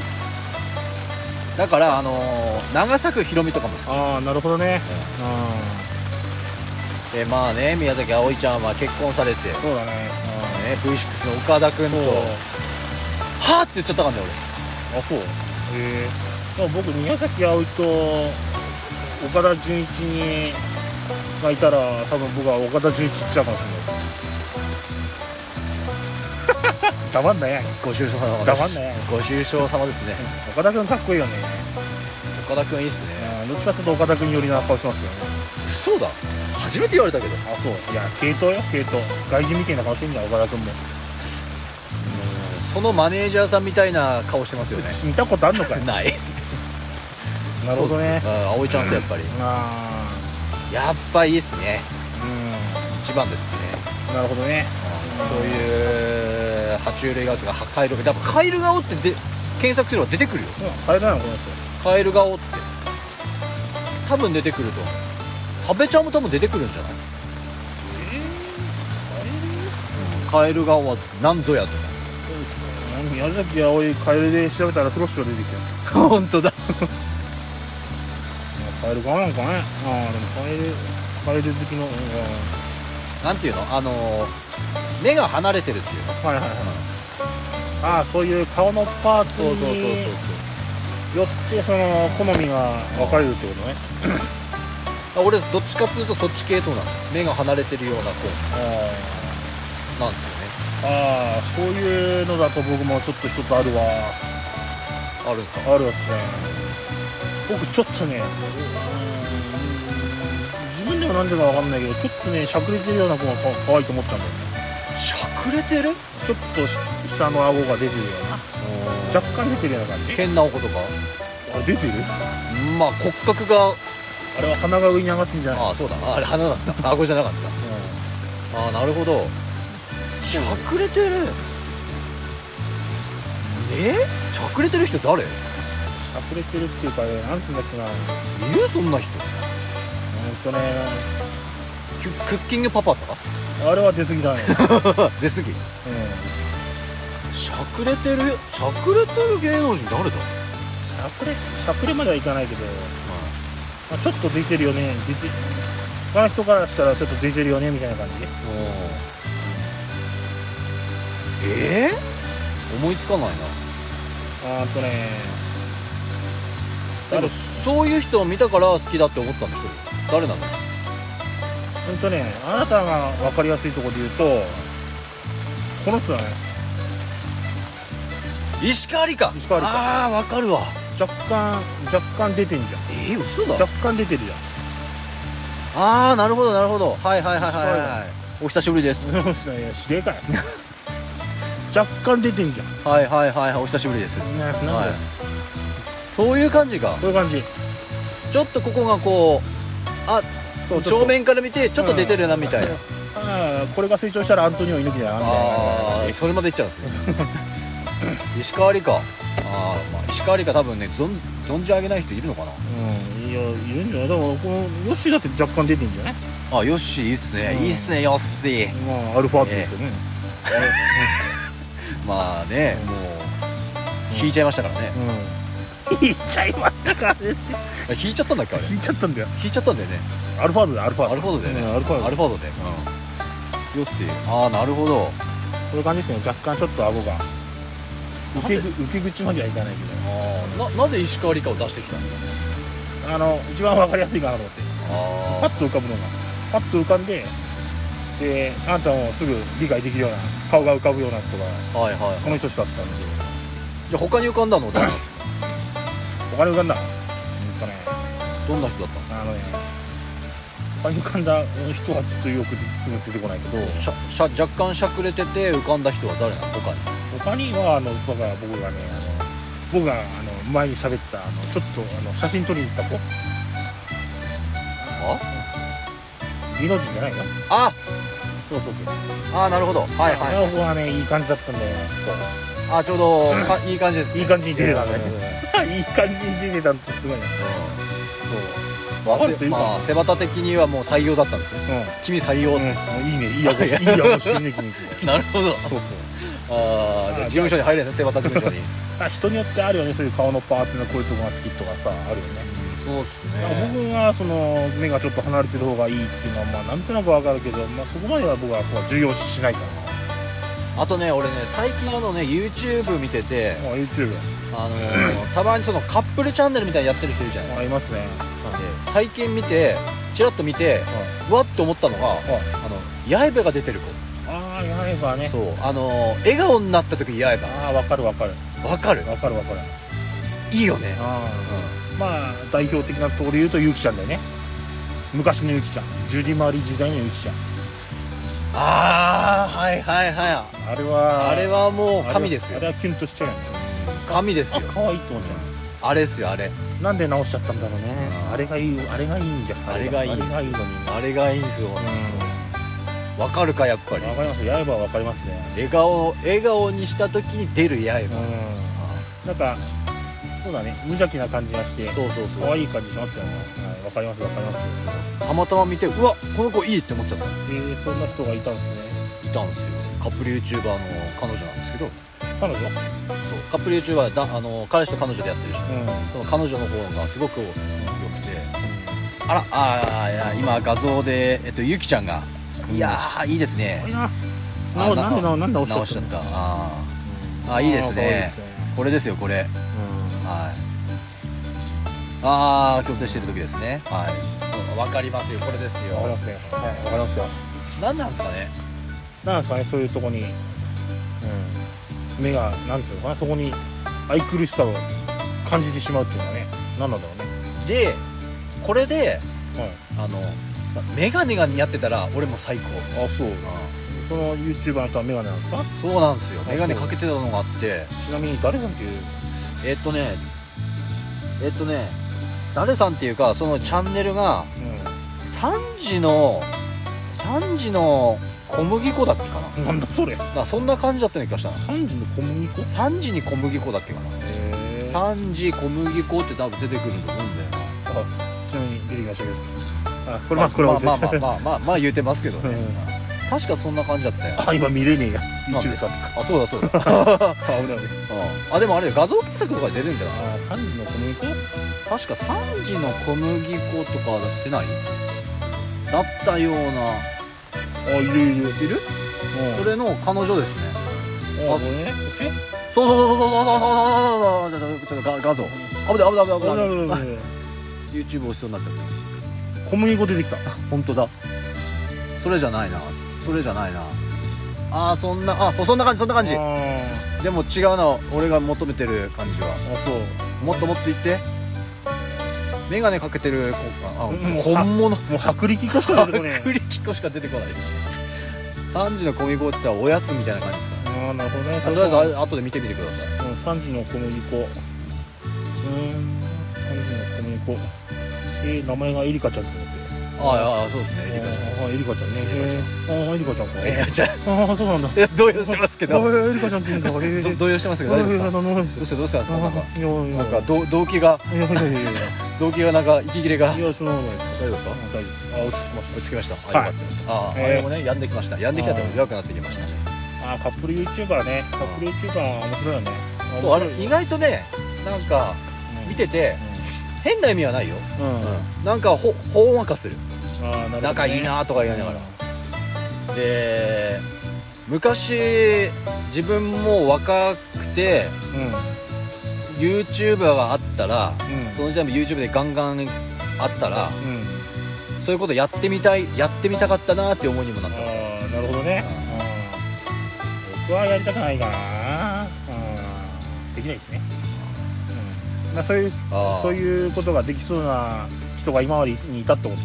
[SPEAKER 2] だからあのー、長作ひろみとかも好き
[SPEAKER 1] ああなるほどね
[SPEAKER 2] でまあね宮崎あおいちゃんは結婚されて、ね
[SPEAKER 1] うん、そうだね
[SPEAKER 2] V6 の岡田君と
[SPEAKER 1] そう
[SPEAKER 2] 「はあ!」って言っちゃったからね
[SPEAKER 1] あそうへえ僕宮崎葵と岡田准一にがいたら多分僕は岡田准一っちゃうかもしれ ない黙んなや
[SPEAKER 2] 俺ご愁傷様で
[SPEAKER 1] 黙ん
[SPEAKER 2] す
[SPEAKER 1] なや
[SPEAKER 2] ご愁傷様ですね
[SPEAKER 1] 岡田君かっこいいよね
[SPEAKER 2] 岡田君いいっすね
[SPEAKER 1] うんどっちかというと岡田君寄りな顔してますよね
[SPEAKER 2] そうだ初めて言われたけど
[SPEAKER 1] あそういや系統よ系統外人みたいな顔してんじゃん岡田君も
[SPEAKER 2] そのマネージャーさんみたいな顔してますよね
[SPEAKER 1] 見たことあんの かい
[SPEAKER 2] ない
[SPEAKER 1] なるほどね
[SPEAKER 2] そうですうん葵ちゃんっすやっぱり
[SPEAKER 1] あ
[SPEAKER 2] やっぱいいっすね
[SPEAKER 1] あ
[SPEAKER 2] 一番ですね
[SPEAKER 1] うんなるほどね
[SPEAKER 2] そういう爬虫類顔とかカエル顔やっぱカエル顔ってで検索すれば出てくるよ
[SPEAKER 1] うん変えないのこの人
[SPEAKER 2] カエル顔って多分出てくると思うカベちゃんも多分出てくるんじゃないカエル顔は何ぞやと
[SPEAKER 1] 宮崎葵カエルで調べたらフロッシュが出てきたよ
[SPEAKER 2] 本当だ
[SPEAKER 1] カエルかなんかねああでもカエルカエル好きの、うん、は
[SPEAKER 2] なんていうのあのー目が離れてるっていうの
[SPEAKER 1] いはいはいああそういう顔のパーツ
[SPEAKER 2] そうそうそうそう
[SPEAKER 1] によってその好みが分かれるってことね
[SPEAKER 2] そう俺どっちかっていうとそっち系統なの目が離れてるような子なんですよね
[SPEAKER 1] ああそういうのだと僕もちょっと一つあるわ
[SPEAKER 2] あるんですか
[SPEAKER 1] あるわっすね僕ちょっとねうん自分でも何でか分かんないけどちょっとねしゃくれてるような子がか可愛いと思ったんだよね
[SPEAKER 2] しゃくれてる
[SPEAKER 1] ちょっとし下の顎が出てるような若干出てるような感じ
[SPEAKER 2] 変なお子とか
[SPEAKER 1] あれ出てる
[SPEAKER 2] まあ骨格が
[SPEAKER 1] あれは鼻が上に上がってんじゃない
[SPEAKER 2] ああそうだなあれ鼻だった顎じゃなかったああなるほどしゃくれてるえしゃくれてる人誰い
[SPEAKER 1] しゃくれてるっていうかねなんつうんだっけなうん
[SPEAKER 2] るそんな人
[SPEAKER 1] とね
[SPEAKER 2] ククッキングパパとか
[SPEAKER 1] あれは出過ぎだ ね、
[SPEAKER 2] 出過ぎ
[SPEAKER 1] うん、し
[SPEAKER 2] しゃくれてるしゃくれてる芸能人誰だ、
[SPEAKER 1] ゃくれしゃくれまではいかないけど、まあ、ちょっと出てるよね出て他の人からしたらちょっと出てるよねみたいな感じ
[SPEAKER 2] おえー、思いつかないな
[SPEAKER 1] あーっとね
[SPEAKER 2] で
[SPEAKER 1] 誰
[SPEAKER 2] もそういう人を見たから好きだって思ったんでしょ誰なの
[SPEAKER 1] ほんとねあなたが分かりやすいところで言うとこの人だね
[SPEAKER 2] 石川理香
[SPEAKER 1] 石川理香
[SPEAKER 2] ああわかるわ
[SPEAKER 1] 若干若干出てんじゃ
[SPEAKER 2] えー、嘘
[SPEAKER 1] ん
[SPEAKER 2] だ
[SPEAKER 1] 若干出てるじゃん
[SPEAKER 2] ああなるほどなるほどはいはいはいは
[SPEAKER 1] 石
[SPEAKER 2] いはい
[SPEAKER 1] 川
[SPEAKER 2] はいお久しぶりです
[SPEAKER 1] その人ね知り 合いかい若干出てんじゃん
[SPEAKER 2] はいはいはいはいお久しぶりです
[SPEAKER 1] ねなんだよ
[SPEAKER 2] はいそういう感じか
[SPEAKER 1] こういう感じ
[SPEAKER 2] ちょっとここがこ
[SPEAKER 1] そうちょっ
[SPEAKER 2] 正
[SPEAKER 1] と
[SPEAKER 2] 面から見てちょっと出てるなみたいな、
[SPEAKER 1] あーこれが成長したらアントニオ猪木だなみたい
[SPEAKER 2] ああそれまでいっちゃうんです ね石川理香あー、まあ石川理香多分ね存存じ上げない人いるのかな
[SPEAKER 1] なうんいやいるんじゃないでもこのヨッシーだって若干出てんじゃない
[SPEAKER 2] あヨッシーいいっすね、
[SPEAKER 1] うん
[SPEAKER 2] いいっすねヨッシー
[SPEAKER 1] まあアルファートですけどね、
[SPEAKER 2] まあねもう
[SPEAKER 1] うん
[SPEAKER 2] 引いちゃいましたからね、
[SPEAKER 1] うん引いちゃいましたからね
[SPEAKER 2] あ引いちゃったんだっけあれ
[SPEAKER 1] 引いちゃったんだよ
[SPEAKER 2] 引いちゃったんだよね
[SPEAKER 1] アルファートだよアルファー
[SPEAKER 2] ア
[SPEAKER 1] ト
[SPEAKER 2] ルファードだよね、
[SPEAKER 1] うんアルファード
[SPEAKER 2] アルファードで、うん、ヨッシーああなるほど
[SPEAKER 1] こういう感じですね若干ちょっと顎が受けぐ受け口まではいかないけ
[SPEAKER 2] ななぜ石川理香を出してきたんだ
[SPEAKER 1] どあの一番わかりやすいかなと思ってパ
[SPEAKER 2] あ
[SPEAKER 1] ッと浮かぶのがパッと浮かんでであなたもすぐ理解できるような顔が浮かぶような人が
[SPEAKER 2] あはいはい
[SPEAKER 1] この人だったんで
[SPEAKER 2] じゃあ他に浮かんだのは誰なんですか
[SPEAKER 1] 他に浮かんだうんとね
[SPEAKER 2] どんな人だったんで
[SPEAKER 1] あのね他に浮かんだ人はちょっとよくすぐ出てこないけど
[SPEAKER 2] すかしゃしゃ若干しゃくれてて浮かんだ人は誰なの他に
[SPEAKER 1] 他にはあの僕が僕がねあの僕があの前に喋ったあのちょっとあの写真撮りに行った子
[SPEAKER 2] あ
[SPEAKER 1] 芸能人じゃないか
[SPEAKER 2] あ
[SPEAKER 1] そうそうそう
[SPEAKER 2] あーなるほどはい
[SPEAKER 1] あ
[SPEAKER 2] は
[SPEAKER 1] の
[SPEAKER 2] い
[SPEAKER 1] 子はねいい感じだったんだよ
[SPEAKER 2] あーちょうどかいい感じです、
[SPEAKER 1] いい感じに出てたんだ
[SPEAKER 2] い
[SPEAKER 1] ね
[SPEAKER 2] やいやいや
[SPEAKER 1] いい感じに出てたってすごいな
[SPEAKER 2] うん
[SPEAKER 1] わかる
[SPEAKER 2] まあ
[SPEAKER 1] 人
[SPEAKER 2] せ
[SPEAKER 1] いるかな
[SPEAKER 2] まあ背端的にはもう採用だったんですよ
[SPEAKER 1] うん
[SPEAKER 2] 君採用、
[SPEAKER 1] うん、いいね、いい 顎し、いい顎してんね、君。
[SPEAKER 2] なるほど
[SPEAKER 1] そうそう。
[SPEAKER 2] ああじゃあ事務所に入れんね背端事務 所に
[SPEAKER 1] あ、人によってあるよね、そういう顔のパーツのこういうとこが好きとかさ、あるよね。
[SPEAKER 2] そうっす
[SPEAKER 1] だから僕はその目がちょっと離れてる方がいいっていうのは、まあ、なんとなくわかるけど、まあ、そこまでは僕はそう重要視しないか
[SPEAKER 2] あとね俺ね最近あのね YouTube 見てて
[SPEAKER 1] ら。まあ、YouTube、
[SPEAKER 2] あのーたまにそのカップルチャンネルみたいにやってる人いるじゃない
[SPEAKER 1] あ、
[SPEAKER 2] で
[SPEAKER 1] いますね。
[SPEAKER 2] すかで最近見てチラッと見てうわっと思ったのがあの刃が出てる子
[SPEAKER 1] ああ、やばね。
[SPEAKER 2] そうあのー笑顔になった時に刃
[SPEAKER 1] ああ、わかるわかる。
[SPEAKER 2] わかる
[SPEAKER 1] わかるわかる。
[SPEAKER 2] いいよね
[SPEAKER 1] ああ、まあ、代表的なところで言うと、ゆきちゃんだよね。昔のゆきちゃん。ジュディ・マリ時代のゆきちゃん。
[SPEAKER 2] ああはいはいはい
[SPEAKER 1] あれは、
[SPEAKER 2] あれはもう
[SPEAKER 1] あれ、
[SPEAKER 2] 神ですよ
[SPEAKER 1] あれはキュンとしちゃうよね。
[SPEAKER 2] 神です
[SPEAKER 1] あ
[SPEAKER 2] よ
[SPEAKER 1] 可愛いって思っちゃう。
[SPEAKER 2] あれですよあれ
[SPEAKER 1] なんで直しちゃったんだろうね
[SPEAKER 2] うん
[SPEAKER 1] あれがいいあれがいいんじゃん
[SPEAKER 2] あれがいい
[SPEAKER 1] あれがいいのに
[SPEAKER 2] あれがいいんですよ
[SPEAKER 1] う
[SPEAKER 2] わかるかやっぱり
[SPEAKER 1] んわかりますやればわかりますね
[SPEAKER 2] 笑顔笑顔にした時に出る
[SPEAKER 1] う
[SPEAKER 2] 刃
[SPEAKER 1] んなんかそうだね無邪気な感じがして
[SPEAKER 2] そうそうそう
[SPEAKER 1] 可愛い感じしますよねはいわかりますわかります
[SPEAKER 2] たまたま見てうわこの子いいって思っちゃったい
[SPEAKER 1] えーそんな人がいたんですね
[SPEAKER 2] たんですよカップル YouTuber の彼女なんですけど
[SPEAKER 1] 彼女
[SPEAKER 2] そうカップル YouTuber だあの彼氏と彼女でやってるじゃん
[SPEAKER 1] うん
[SPEAKER 2] その彼女の方がすごく良くてあらあーいや今画像で、えっと、ゆきちゃんがいやーいいです
[SPEAKER 1] 可愛
[SPEAKER 2] ね
[SPEAKER 1] いな
[SPEAKER 2] あ
[SPEAKER 1] なおなんでなおなんで
[SPEAKER 2] 直
[SPEAKER 1] 押し
[SPEAKER 2] し
[SPEAKER 1] ち
[SPEAKER 2] ち
[SPEAKER 1] ゃ
[SPEAKER 2] ゃ
[SPEAKER 1] っ
[SPEAKER 2] ったたあ
[SPEAKER 1] の
[SPEAKER 2] ーあーいいです
[SPEAKER 1] あー可愛い
[SPEAKER 2] ね
[SPEAKER 1] ですね
[SPEAKER 2] これですよこれはいああ強制してる時ですねはいわかりますよこれです
[SPEAKER 1] うんわかりま
[SPEAKER 2] よ
[SPEAKER 1] すねはいわかりますよ
[SPEAKER 2] 何なんですかね
[SPEAKER 1] なんですかねそういうとこに、うん、目がなんつうのかなそこに愛くるしさを感じてしまうっていうのはね何なんだろうね、
[SPEAKER 2] でこれで
[SPEAKER 1] は
[SPEAKER 2] あの眼鏡が似合ってたら俺も最高
[SPEAKER 1] い、あそうその YouTuber の人はメガネなんですか
[SPEAKER 2] そうなんですよ
[SPEAKER 1] あ
[SPEAKER 2] 眼鏡かけてたのがあって
[SPEAKER 1] ちなみに誰さんっていう
[SPEAKER 2] えっとねえっとね誰さんっていうかそのチャンネルが3時の3時の小麦粉だっけかな
[SPEAKER 1] うんなんだそれ
[SPEAKER 2] まあそんな感じだったような気がし
[SPEAKER 1] 3時の小麦粉へ
[SPEAKER 2] たな3時に小麦粉だっけかな
[SPEAKER 1] えちな
[SPEAKER 2] 3時小麦粉って多分出てくると思うんだよな
[SPEAKER 1] みに出てきましたけどあこれまあこれは置い
[SPEAKER 2] まあ
[SPEAKER 1] と
[SPEAKER 2] ま
[SPEAKER 1] い
[SPEAKER 2] あ
[SPEAKER 1] て
[SPEAKER 2] まあまあまあまあ言うてますけどね
[SPEAKER 1] うん
[SPEAKER 2] 確かそんな感じだったよ
[SPEAKER 1] あ今見れねえや
[SPEAKER 2] なんで
[SPEAKER 1] YouTube 使ってか
[SPEAKER 2] あそうだそうだ
[SPEAKER 1] あ危ない危ない
[SPEAKER 2] うんあでもあれ画像検索とかで出るんじゃない
[SPEAKER 1] あ3時の小麦粉
[SPEAKER 2] 確か3時の小麦粉とかだってないだったような
[SPEAKER 1] あいるいるいる、うん、
[SPEAKER 2] それの彼女ですね
[SPEAKER 1] あこれね
[SPEAKER 2] そうそうそうそうそうそうそうそうそうちょっと画画像危ない危ない危ない
[SPEAKER 1] あ
[SPEAKER 2] 危
[SPEAKER 1] ら
[SPEAKER 2] な
[SPEAKER 1] らら
[SPEAKER 2] い
[SPEAKER 1] らら
[SPEAKER 2] YouTube 押しそうになっちゃっ
[SPEAKER 1] 小麦粉出てきた
[SPEAKER 2] た本当だそれじゃないなそれじゃないなあーそんなあそんな感じそんな感じ
[SPEAKER 1] あー
[SPEAKER 2] でも違うな俺が求めてる感じは
[SPEAKER 1] あそう
[SPEAKER 2] もっともっと言って眼鏡かけてる子あ
[SPEAKER 1] うん
[SPEAKER 2] 本物
[SPEAKER 1] もう薄力粉しか出てこねえ
[SPEAKER 2] クリキコしか出てこないです3時の小麦粉って言ったらおやつみたいな感じですか
[SPEAKER 1] あーなるほどね
[SPEAKER 2] らとりあえずあれ後で見てみてください
[SPEAKER 1] うん3時の小麦粉うーん3時の小麦粉えー、名前がエリカちゃんって
[SPEAKER 2] ああああそうです
[SPEAKER 1] 言
[SPEAKER 2] ね
[SPEAKER 1] っ
[SPEAKER 2] エリカち
[SPEAKER 1] てあーエリカちゃんねえーあーエリカちゃんかあ
[SPEAKER 2] ゃんエリカちゃん
[SPEAKER 1] あそうなんだ
[SPEAKER 2] いや動揺してますけ
[SPEAKER 1] あ
[SPEAKER 2] ど
[SPEAKER 1] ーエリカちゃんって言うんだへえ
[SPEAKER 2] ど動揺してますけど大丈夫ですかどうしたどうしたんですかなんか
[SPEAKER 1] いやいや
[SPEAKER 2] なんかど動機が
[SPEAKER 1] いやいやいやいや
[SPEAKER 2] 動機がなんか息切れが
[SPEAKER 1] いやそんなことないです
[SPEAKER 2] 大丈夫ですか
[SPEAKER 1] うん大丈夫あ落ち着きまし
[SPEAKER 2] 落ち着きました
[SPEAKER 1] はい
[SPEAKER 2] よかったあああ
[SPEAKER 1] えー
[SPEAKER 2] れもねやんできましたやんできたというか弱くなってきましたね
[SPEAKER 1] たあーカップル YouTuber ねカップル YouTuber 面白いよね
[SPEAKER 2] そうあれ意外とねなんか見てて変な意味はないよ
[SPEAKER 1] うんうんあ
[SPEAKER 2] なんかほほんわかする
[SPEAKER 1] ーなるほどね
[SPEAKER 2] 仲いいなとか言いながらで昔自分も若くて
[SPEAKER 1] うんうん
[SPEAKER 2] YouTuber があったらその時代も YouTube でガンガンあった
[SPEAKER 1] う
[SPEAKER 2] ら
[SPEAKER 1] ん
[SPEAKER 2] そういうことやってみたいやってみたかったなって思いにもな
[SPEAKER 1] あ
[SPEAKER 2] った
[SPEAKER 1] ーなるほどねうん僕はやりたくないかなうんできないですねうんまあそういう
[SPEAKER 2] あー
[SPEAKER 1] そういうことができそうな人が今までにいたってこと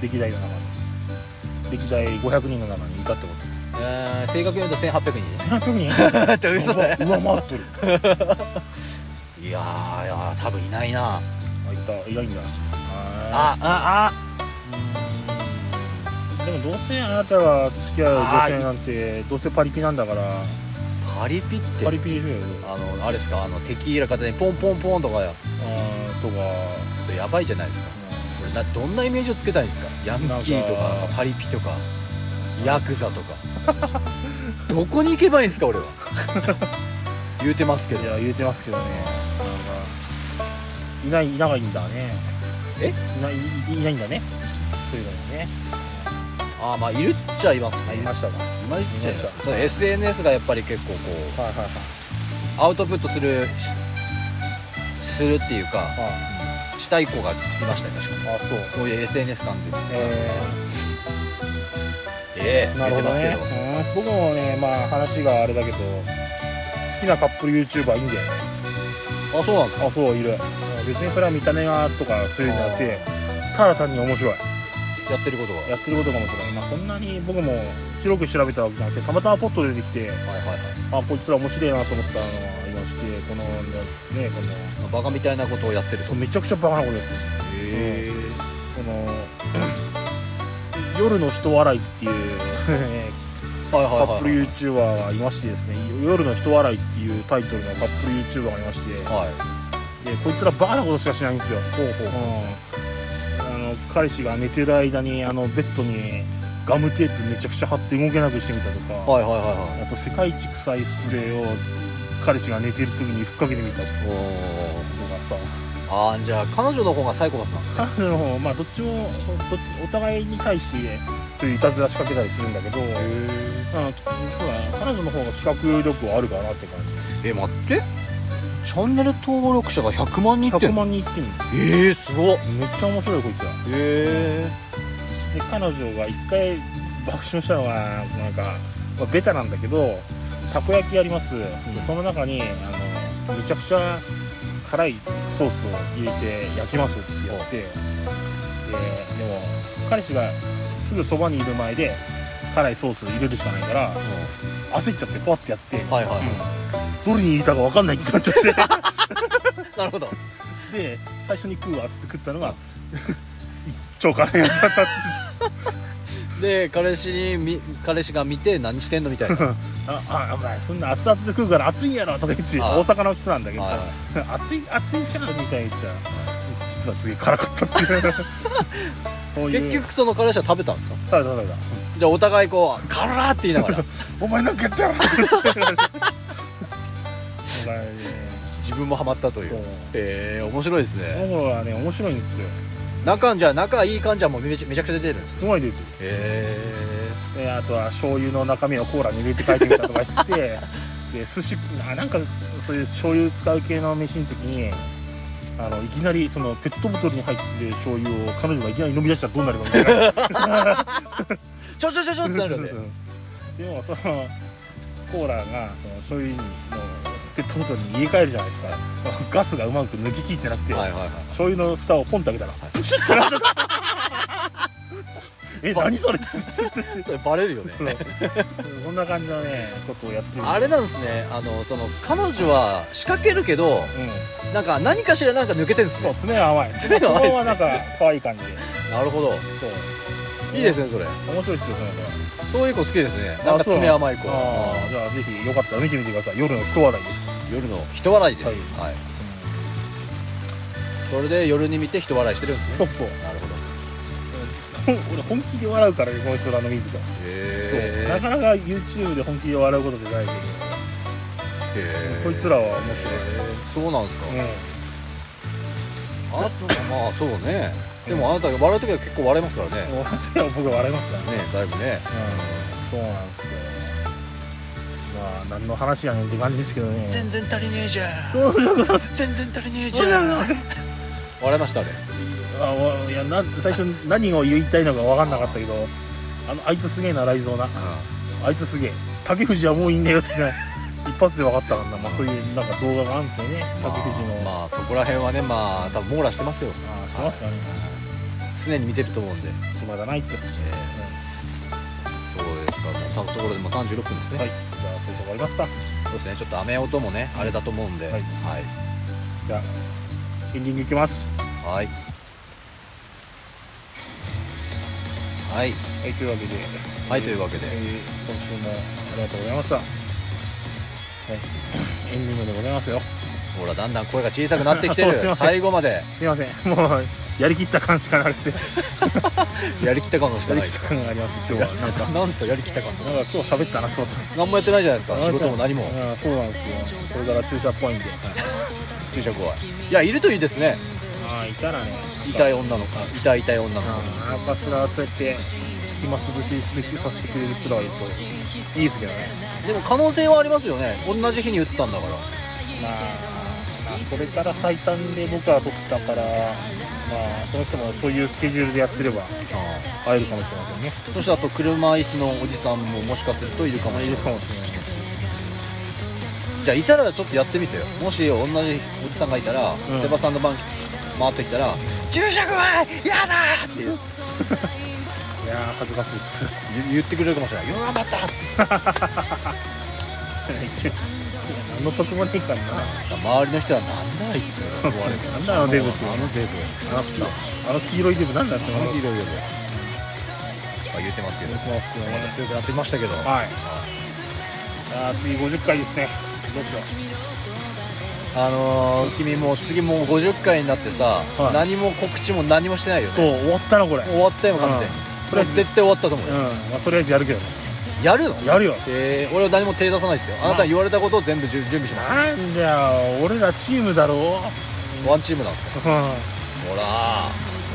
[SPEAKER 1] 歴代の中に歴代500人の中にいたってこ
[SPEAKER 2] えー正確に言うと1800人です
[SPEAKER 1] と1
[SPEAKER 2] だって 嘘だよ
[SPEAKER 1] 上回っとる
[SPEAKER 2] いやーいやー多分いないな
[SPEAKER 1] あいたいないんだ
[SPEAKER 2] ああ
[SPEAKER 1] でもどうせあなたが付き合う女性なんてどうせパリピなんだから
[SPEAKER 2] あパリピって
[SPEAKER 1] パリピでしょよ
[SPEAKER 2] あのあれですかあのテキーラ片手にポンポンポンとかや
[SPEAKER 1] あーとか
[SPEAKER 2] それやばいじゃないですかこれなどんなイメージをつけたいんですかヤンキーと
[SPEAKER 1] なん
[SPEAKER 2] か
[SPEAKER 1] か
[SPEAKER 2] パリピとかヤクザとかどこに行けばいいんですか俺は 言うてますけど
[SPEAKER 1] いや言うてますけどねなんかいないいないんだね
[SPEAKER 2] え
[SPEAKER 1] いないいいないんだねそういうのもね
[SPEAKER 2] ああまあいるっちゃいます
[SPEAKER 1] あ
[SPEAKER 2] ね
[SPEAKER 1] りましたかは
[SPEAKER 2] 今言っちゃいま
[SPEAKER 1] いまし
[SPEAKER 2] すその SNS がやっぱり結構こう
[SPEAKER 1] いはいはい
[SPEAKER 2] アウトプットするしするっていうか
[SPEAKER 1] あ
[SPEAKER 2] したい子がいましたよ確か
[SPEAKER 1] あそう
[SPEAKER 2] そういう SNS 完全に
[SPEAKER 1] え
[SPEAKER 2] ええ
[SPEAKER 1] ー、
[SPEAKER 2] 言
[SPEAKER 1] な
[SPEAKER 2] っ
[SPEAKER 1] るほ
[SPEAKER 2] て
[SPEAKER 1] ど
[SPEAKER 2] ますけ
[SPEAKER 1] ね
[SPEAKER 2] ど、
[SPEAKER 1] うん、僕もねまあ話があれだけど好きなカップル YouTuber いいんだよね
[SPEAKER 2] あそうなんですか
[SPEAKER 1] あそういる別にそれは見た目がとかそういうんじゃなくてただ単に面白い
[SPEAKER 2] やってることが
[SPEAKER 1] やってることが面白いまあそんなに僕も広く調べたわけじゃなくてたまたまポッと出てきて
[SPEAKER 2] はいはいはい
[SPEAKER 1] あこいつら面白いなと思ったのがありましてこのねこの
[SPEAKER 2] まあバカみたいなことをやってる
[SPEAKER 1] そ
[SPEAKER 2] そうう
[SPEAKER 1] めちゃくちゃバカなことやってる
[SPEAKER 2] へえ
[SPEAKER 1] この 夜の人笑いっていう
[SPEAKER 2] はいはい
[SPEAKER 1] カ
[SPEAKER 2] はい
[SPEAKER 1] ップル YouTuber がいましてですね「夜の人笑い」っていうタイトルのカップル YouTuber がいまして
[SPEAKER 2] はい
[SPEAKER 1] でこいつらバカなことしかしないんですよ、
[SPEAKER 2] ほうほう
[SPEAKER 1] うん、あの彼氏が寝てる間にあのベッドにガムテープめちゃくちゃ貼って動けなくしてみたとか、
[SPEAKER 2] はいはいはいはい
[SPEAKER 1] あと世界一臭いスプレーを彼氏が寝てる時にふっかけてみたとかさ
[SPEAKER 2] ああじゃあ彼女の方がサイコパスなんですね
[SPEAKER 1] 彼女の方まあどっちもどっちお互いに対してといういたずら仕掛けたりするんだけど、うん、そうだな彼女の方が企画力はあるかなって感
[SPEAKER 2] え待ってチャンネル登録者が100万人
[SPEAKER 1] じ
[SPEAKER 2] って
[SPEAKER 1] 100万人いってみる
[SPEAKER 2] えー、すごっへ
[SPEAKER 1] めっちゃ面白いこいつら
[SPEAKER 2] え
[SPEAKER 1] で彼女が一回爆笑したのがなんか、まあ、ベタなんだけどたこ焼きやります、で
[SPEAKER 2] うん
[SPEAKER 1] その中にあのめちゃくちゃ辛いソースを入れて焼きますって言ってででも彼氏がすぐそばにいる前で辛いソース入れるしかないから焦っちゃってパッてやって、
[SPEAKER 2] はいはい
[SPEAKER 1] うんどれに入れたか分かんないってなっちゃって
[SPEAKER 2] なるほど
[SPEAKER 1] で最初に食うわっつって食ったのが 一丁辛いやつだったっつ
[SPEAKER 2] で彼氏にみ彼氏が見て何してんのみたいな はい
[SPEAKER 1] ああ危ないそんな熱々で食うから熱いんやろとか言って
[SPEAKER 2] はい
[SPEAKER 1] 大阪の人なんだけど
[SPEAKER 2] はい
[SPEAKER 1] さ 熱い熱いじゃんみたいに言ったら実はすげえ辛かったっていうそういう
[SPEAKER 2] 結局その彼氏は食べたんですか
[SPEAKER 1] 食べた食べた
[SPEAKER 2] じゃあお互いこう「カララ」って言いながら
[SPEAKER 1] お前なんかやったやろって言われてお前ね
[SPEAKER 2] 自分もハマったとい
[SPEAKER 1] そうう
[SPEAKER 2] えー、面白いです
[SPEAKER 1] こ
[SPEAKER 2] ね
[SPEAKER 1] の頃はね面白いんですよ
[SPEAKER 2] 仲じゃあ仲いい感じはもうめちゃめちゃくちゃ出てるんです
[SPEAKER 1] すごい出て
[SPEAKER 2] へえ
[SPEAKER 1] るであとは醤油の中身をコーラに入れて書いてみたとかしてで寿司あなんかそういう醤油使う系の飯の時にあのいきなりそのペットボトルに入ってる醤油を彼女がいきなり飲み出したらどうなるかみたいな
[SPEAKER 2] ちょちょちょちょ ってな るよね
[SPEAKER 1] でもそのコーラがその醤油にのペットボトルに入れ替えるじゃないですかガスがうまく抜き切ってなくて、
[SPEAKER 2] はいはいはい
[SPEAKER 1] 醤油の蓋をポンと開けたらプシュッてなっちゃった え何それ
[SPEAKER 2] それバレるよね
[SPEAKER 1] そうそんな感じのねことをやってる
[SPEAKER 2] あれなんですねあのその彼女は仕掛けるけど
[SPEAKER 1] うん
[SPEAKER 2] なんか何かしらなんか抜けてんです
[SPEAKER 1] そう
[SPEAKER 2] ね
[SPEAKER 1] 爪が甘い
[SPEAKER 2] 爪が甘い
[SPEAKER 1] そ
[SPEAKER 2] ですね
[SPEAKER 1] こはなんか可愛い感じで
[SPEAKER 2] なるほど
[SPEAKER 1] そう
[SPEAKER 2] いいですねそれ
[SPEAKER 1] 面白いですよこの子
[SPEAKER 2] そういう子好きですねなんか爪甘い子
[SPEAKER 1] あーじゃあぜひよかったら見てみてください夜の一笑いです、
[SPEAKER 2] 夜の人笑いです、
[SPEAKER 1] は
[SPEAKER 2] はいいそれで夜に見て人笑いしてるんです
[SPEAKER 1] そ
[SPEAKER 2] ね
[SPEAKER 1] う そう
[SPEAKER 2] なるほど
[SPEAKER 1] ほん俺本気で笑うからねこの人らの見るとそうな
[SPEAKER 2] へ
[SPEAKER 1] かなか YouTube で本気で笑うことってないけど
[SPEAKER 2] え
[SPEAKER 1] こいつらは面
[SPEAKER 2] そうなんですか、
[SPEAKER 1] 白い、うん
[SPEAKER 2] あとまあそうねでもあなたが笑う時は結構笑いますからねね
[SPEAKER 1] 笑っては僕は笑いますからね、
[SPEAKER 2] だいぶね
[SPEAKER 1] うん、そうなんですよまあ何の話やねんって感じですけどね
[SPEAKER 2] 然足りねえじゃん
[SPEAKER 1] そうそうそう
[SPEAKER 2] 全然足りねえ
[SPEAKER 1] じゃん
[SPEAKER 2] 笑いましたあれ
[SPEAKER 1] あわいやな最初何を言いたいのか分かんなかったけどあのあいつすげえなライゾーなあいつすげえ竹藤はもういいんだよってね 一発で分かったからな、まあ、そういうなんか動画があるんですよね
[SPEAKER 2] ま
[SPEAKER 1] 竹藤の、
[SPEAKER 2] あ、
[SPEAKER 1] あ
[SPEAKER 2] まあそこら辺はねまあ多分網羅してますよ
[SPEAKER 1] あ、してますからね
[SPEAKER 2] 常に見てると思うんで、
[SPEAKER 1] 暇だなあいつはい
[SPEAKER 2] ええそうですかもう多分ところでもう36分ですね、
[SPEAKER 1] じゃあそういうとこありますか
[SPEAKER 2] そうですねちょっと雨音もねあれだと思うんで
[SPEAKER 1] は
[SPEAKER 2] はいい
[SPEAKER 1] じゃあエンディングいきます
[SPEAKER 2] はいはい、
[SPEAKER 1] はいというわけで
[SPEAKER 2] はいというわけで
[SPEAKER 1] えー今週もありがとうございましたはいエンディングでございますよ
[SPEAKER 2] ほらだんだん声が小さくなってきて る
[SPEAKER 1] そうすいません
[SPEAKER 2] 最後まです
[SPEAKER 1] いませんもうやりきった感しかなくてや
[SPEAKER 2] やりきった感のしかな
[SPEAKER 1] りき
[SPEAKER 2] いで
[SPEAKER 1] っ
[SPEAKER 2] す
[SPEAKER 1] た感があります今日はなんか
[SPEAKER 2] なんですかやりきった感って
[SPEAKER 1] なんか今日喋ったなと思った
[SPEAKER 2] 何もやってないじゃないですか仕事も何も
[SPEAKER 1] うんそうなんですよこれから注射っぽいんで
[SPEAKER 2] 注釈は。いやいるといいですね
[SPEAKER 1] ああいたらね
[SPEAKER 2] 痛い女の子痛い痛い女の子
[SPEAKER 1] なんかそれはそうやって暇つぶししてさせてくれる人がいるといいですけどね
[SPEAKER 2] でも可能性はありますよね同じ日に打ったんだから
[SPEAKER 1] まあ、まあそれから最短で僕は取ったからまあその人もそういうスケジュールでやってれば会えるかもしれませんね
[SPEAKER 2] そしてあと車椅子のおじさんももしかするといるかも
[SPEAKER 1] 会
[SPEAKER 2] し
[SPEAKER 1] える
[SPEAKER 2] れない
[SPEAKER 1] かもしれない
[SPEAKER 2] じゃあいたらちょっとやってみてよもし同じおじさんがいたら、
[SPEAKER 1] ん
[SPEAKER 2] セバさんの番回ってきたら「注釈は嫌だ!」って言
[SPEAKER 1] い
[SPEAKER 2] う
[SPEAKER 1] やー恥ずかしいっす
[SPEAKER 2] 言言ってくれるかもしれない「よ頑張った!」って
[SPEAKER 1] 何の得もねえからな
[SPEAKER 2] 周りの人は「なんだあいつ」って思われる
[SPEAKER 1] なんだあのデブって
[SPEAKER 2] あのデ
[SPEAKER 1] あ
[SPEAKER 2] ブ
[SPEAKER 1] のあの黄色いデブ何だって
[SPEAKER 2] あ
[SPEAKER 1] 思
[SPEAKER 2] の
[SPEAKER 1] って
[SPEAKER 2] 黄色いデブまあ言ってますけど
[SPEAKER 1] ますけどね
[SPEAKER 2] 強くなってきましたけど
[SPEAKER 1] はい。あー次50回ですね。どうしよう。
[SPEAKER 2] あのー、君もう次もう50回になってさ、
[SPEAKER 1] い
[SPEAKER 2] 何も告知も何もしてないよね
[SPEAKER 1] そう、終わったな、これ。うん。
[SPEAKER 2] 終わったよ完全
[SPEAKER 1] うん
[SPEAKER 2] に、もう絶対終わったと思うよ、
[SPEAKER 1] まあ、とりあえずやるけどね。
[SPEAKER 2] やるの
[SPEAKER 1] やるよ。
[SPEAKER 2] えー、俺は何も手出さないですよあなたに言われたことを全部じゅ準備します
[SPEAKER 1] なんだよ、俺らチームだろ。う
[SPEAKER 2] ワンチームなんですか
[SPEAKER 1] ん。あ
[SPEAKER 2] ほら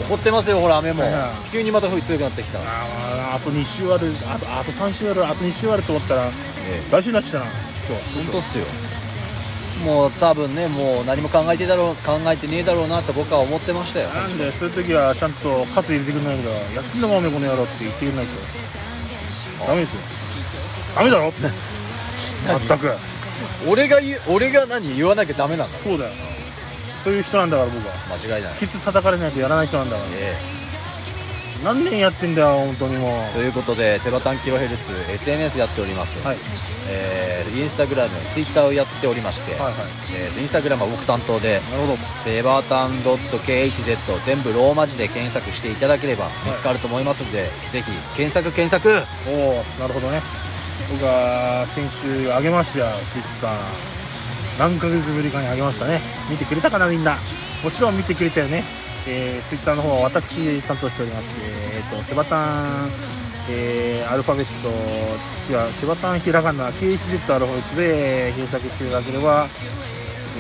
[SPEAKER 2] 怒ってますよほら雨も
[SPEAKER 1] うん
[SPEAKER 2] 地球にまた風強くなってきた、え
[SPEAKER 1] ーあと2週ある、あと、あと3週ある、あと2週あると思ったら、
[SPEAKER 2] え
[SPEAKER 1] 来週になっちゃったな。
[SPEAKER 2] 本当っすよもう多分ねもう何も考えてだろう考えてねえだろうなって僕は思ってましたよ
[SPEAKER 1] なんで、そういう時はちゃんと勝入れてくれないから、やってんのかおめえこの野郎って言ってくれないと。ダメですよ。ダメだろ全く。
[SPEAKER 2] 俺が言う俺が何言わなきゃダメなんだ
[SPEAKER 1] そうだよ。そういう人なんだから、僕は。
[SPEAKER 2] 間違いない、
[SPEAKER 1] ケツ叩かれないとやらない人なんだから。
[SPEAKER 2] え
[SPEAKER 1] 何年やってんだよ本当にもう
[SPEAKER 2] えということでセバタンキロヘルツ SNS やっております、
[SPEAKER 1] はい
[SPEAKER 2] えーインスタグラムツイッターをやっておりまして、
[SPEAKER 1] はいはい
[SPEAKER 2] えーとインスタグラムは僕担当で
[SPEAKER 1] なるほど
[SPEAKER 2] セバタン .khz 全部ローマ字で検索していただければ見つかると思いますので、ぜひ検索検索
[SPEAKER 1] おおなるほどね僕は先週上げましたよツイッター何ヶ月ぶりかに上げましたね見てくれたかなみんなもちろん見てくれたよねえー、ツイッターの方は私担当しておりますえー、とセバタンえー、アルファベット違うセバタンひらがな KHZ アルファベットで検索していただければ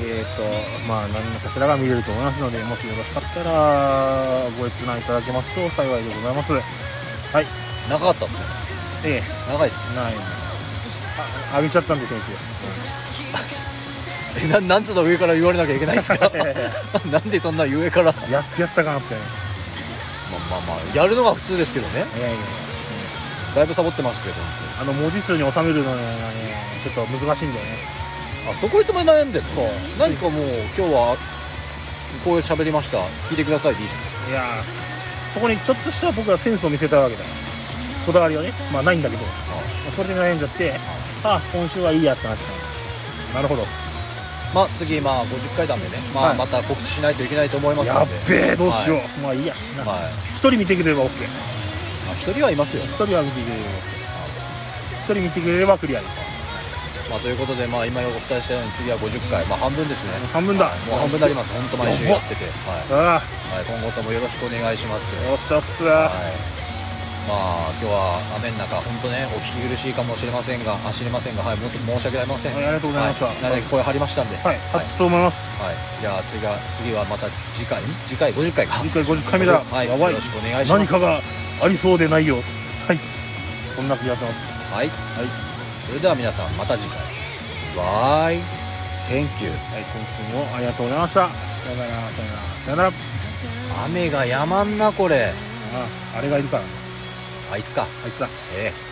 [SPEAKER 1] えー、とまあ何のかしらが見れると思いますのでもしよろしかったらご閲覧いただけますと幸いでございますはい
[SPEAKER 2] 長かったっすね
[SPEAKER 1] ええ
[SPEAKER 2] 長いっすね
[SPEAKER 1] ないあげちゃったんで先
[SPEAKER 2] えななんつうの上から言われなきゃいけないですか
[SPEAKER 1] 生
[SPEAKER 2] なんでそんな上からま
[SPEAKER 1] やってやったかなってい
[SPEAKER 2] あまあまあ やるのが普通ですけど
[SPEAKER 1] や
[SPEAKER 2] ね
[SPEAKER 1] いやいや
[SPEAKER 2] だいぶサボってますけど
[SPEAKER 1] あの文字数に収めるのがねちょっと難しいんだよね
[SPEAKER 2] あそこいつも悩んでるそう何かもう今日はこう喋りました聞いてくださいでいいじ
[SPEAKER 1] いやーそこにちょっとした僕はセンスを見せたわけだこだわりはねまあないんだけど
[SPEAKER 2] ゃん
[SPEAKER 1] それで悩んじゃってあ今週はいいやってなってたなるほど
[SPEAKER 2] まあ次まあ50回なんでね、まあ、
[SPEAKER 1] はい
[SPEAKER 2] また告知しないといけないと思います
[SPEAKER 1] や
[SPEAKER 2] の
[SPEAKER 1] っ
[SPEAKER 2] で
[SPEAKER 1] べえどうしよう、まあいいや
[SPEAKER 2] はい、
[SPEAKER 1] な
[SPEAKER 2] まあ
[SPEAKER 1] 一人見てくれれば OK
[SPEAKER 2] 一人はいますよ、
[SPEAKER 1] 一人は見てくれれば OK 一人見てくれればクリアです
[SPEAKER 2] まあ、ということで、まあ、今お伝えしたように次は50回、まあ、半分ですね
[SPEAKER 1] 半分だ、
[SPEAKER 2] もう半分になります本当毎週やってて、はい
[SPEAKER 1] あ
[SPEAKER 2] はい、今後ともよろしくお願いします
[SPEAKER 1] あよっしゃっす
[SPEAKER 2] はいまあ今日は雨の中本当ねお聞き苦しいかもしれませんがあ知りませんがはい本当申し訳ありません
[SPEAKER 1] はいありがとうございました
[SPEAKER 2] はなるだけ声張りましたんでは
[SPEAKER 1] はい、あったと思います。
[SPEAKER 2] はい、じゃあ次は次はまた次回次回50回か
[SPEAKER 1] 次回50回目だ。
[SPEAKER 2] はい
[SPEAKER 1] やばい
[SPEAKER 2] よろしくお願いしま
[SPEAKER 1] 何
[SPEAKER 2] す
[SPEAKER 1] かがありそうでないよ。はい。そんな気がします。
[SPEAKER 2] はい、はい、それでは皆さんまた次回バイセンキュー
[SPEAKER 1] はい、今週もありがとうございました。さよなら、さよなら、さよなら。
[SPEAKER 2] 雨がやまんなこれ
[SPEAKER 1] ああ、あれがいるから、
[SPEAKER 2] あいつか
[SPEAKER 1] あいつだ。
[SPEAKER 2] ええ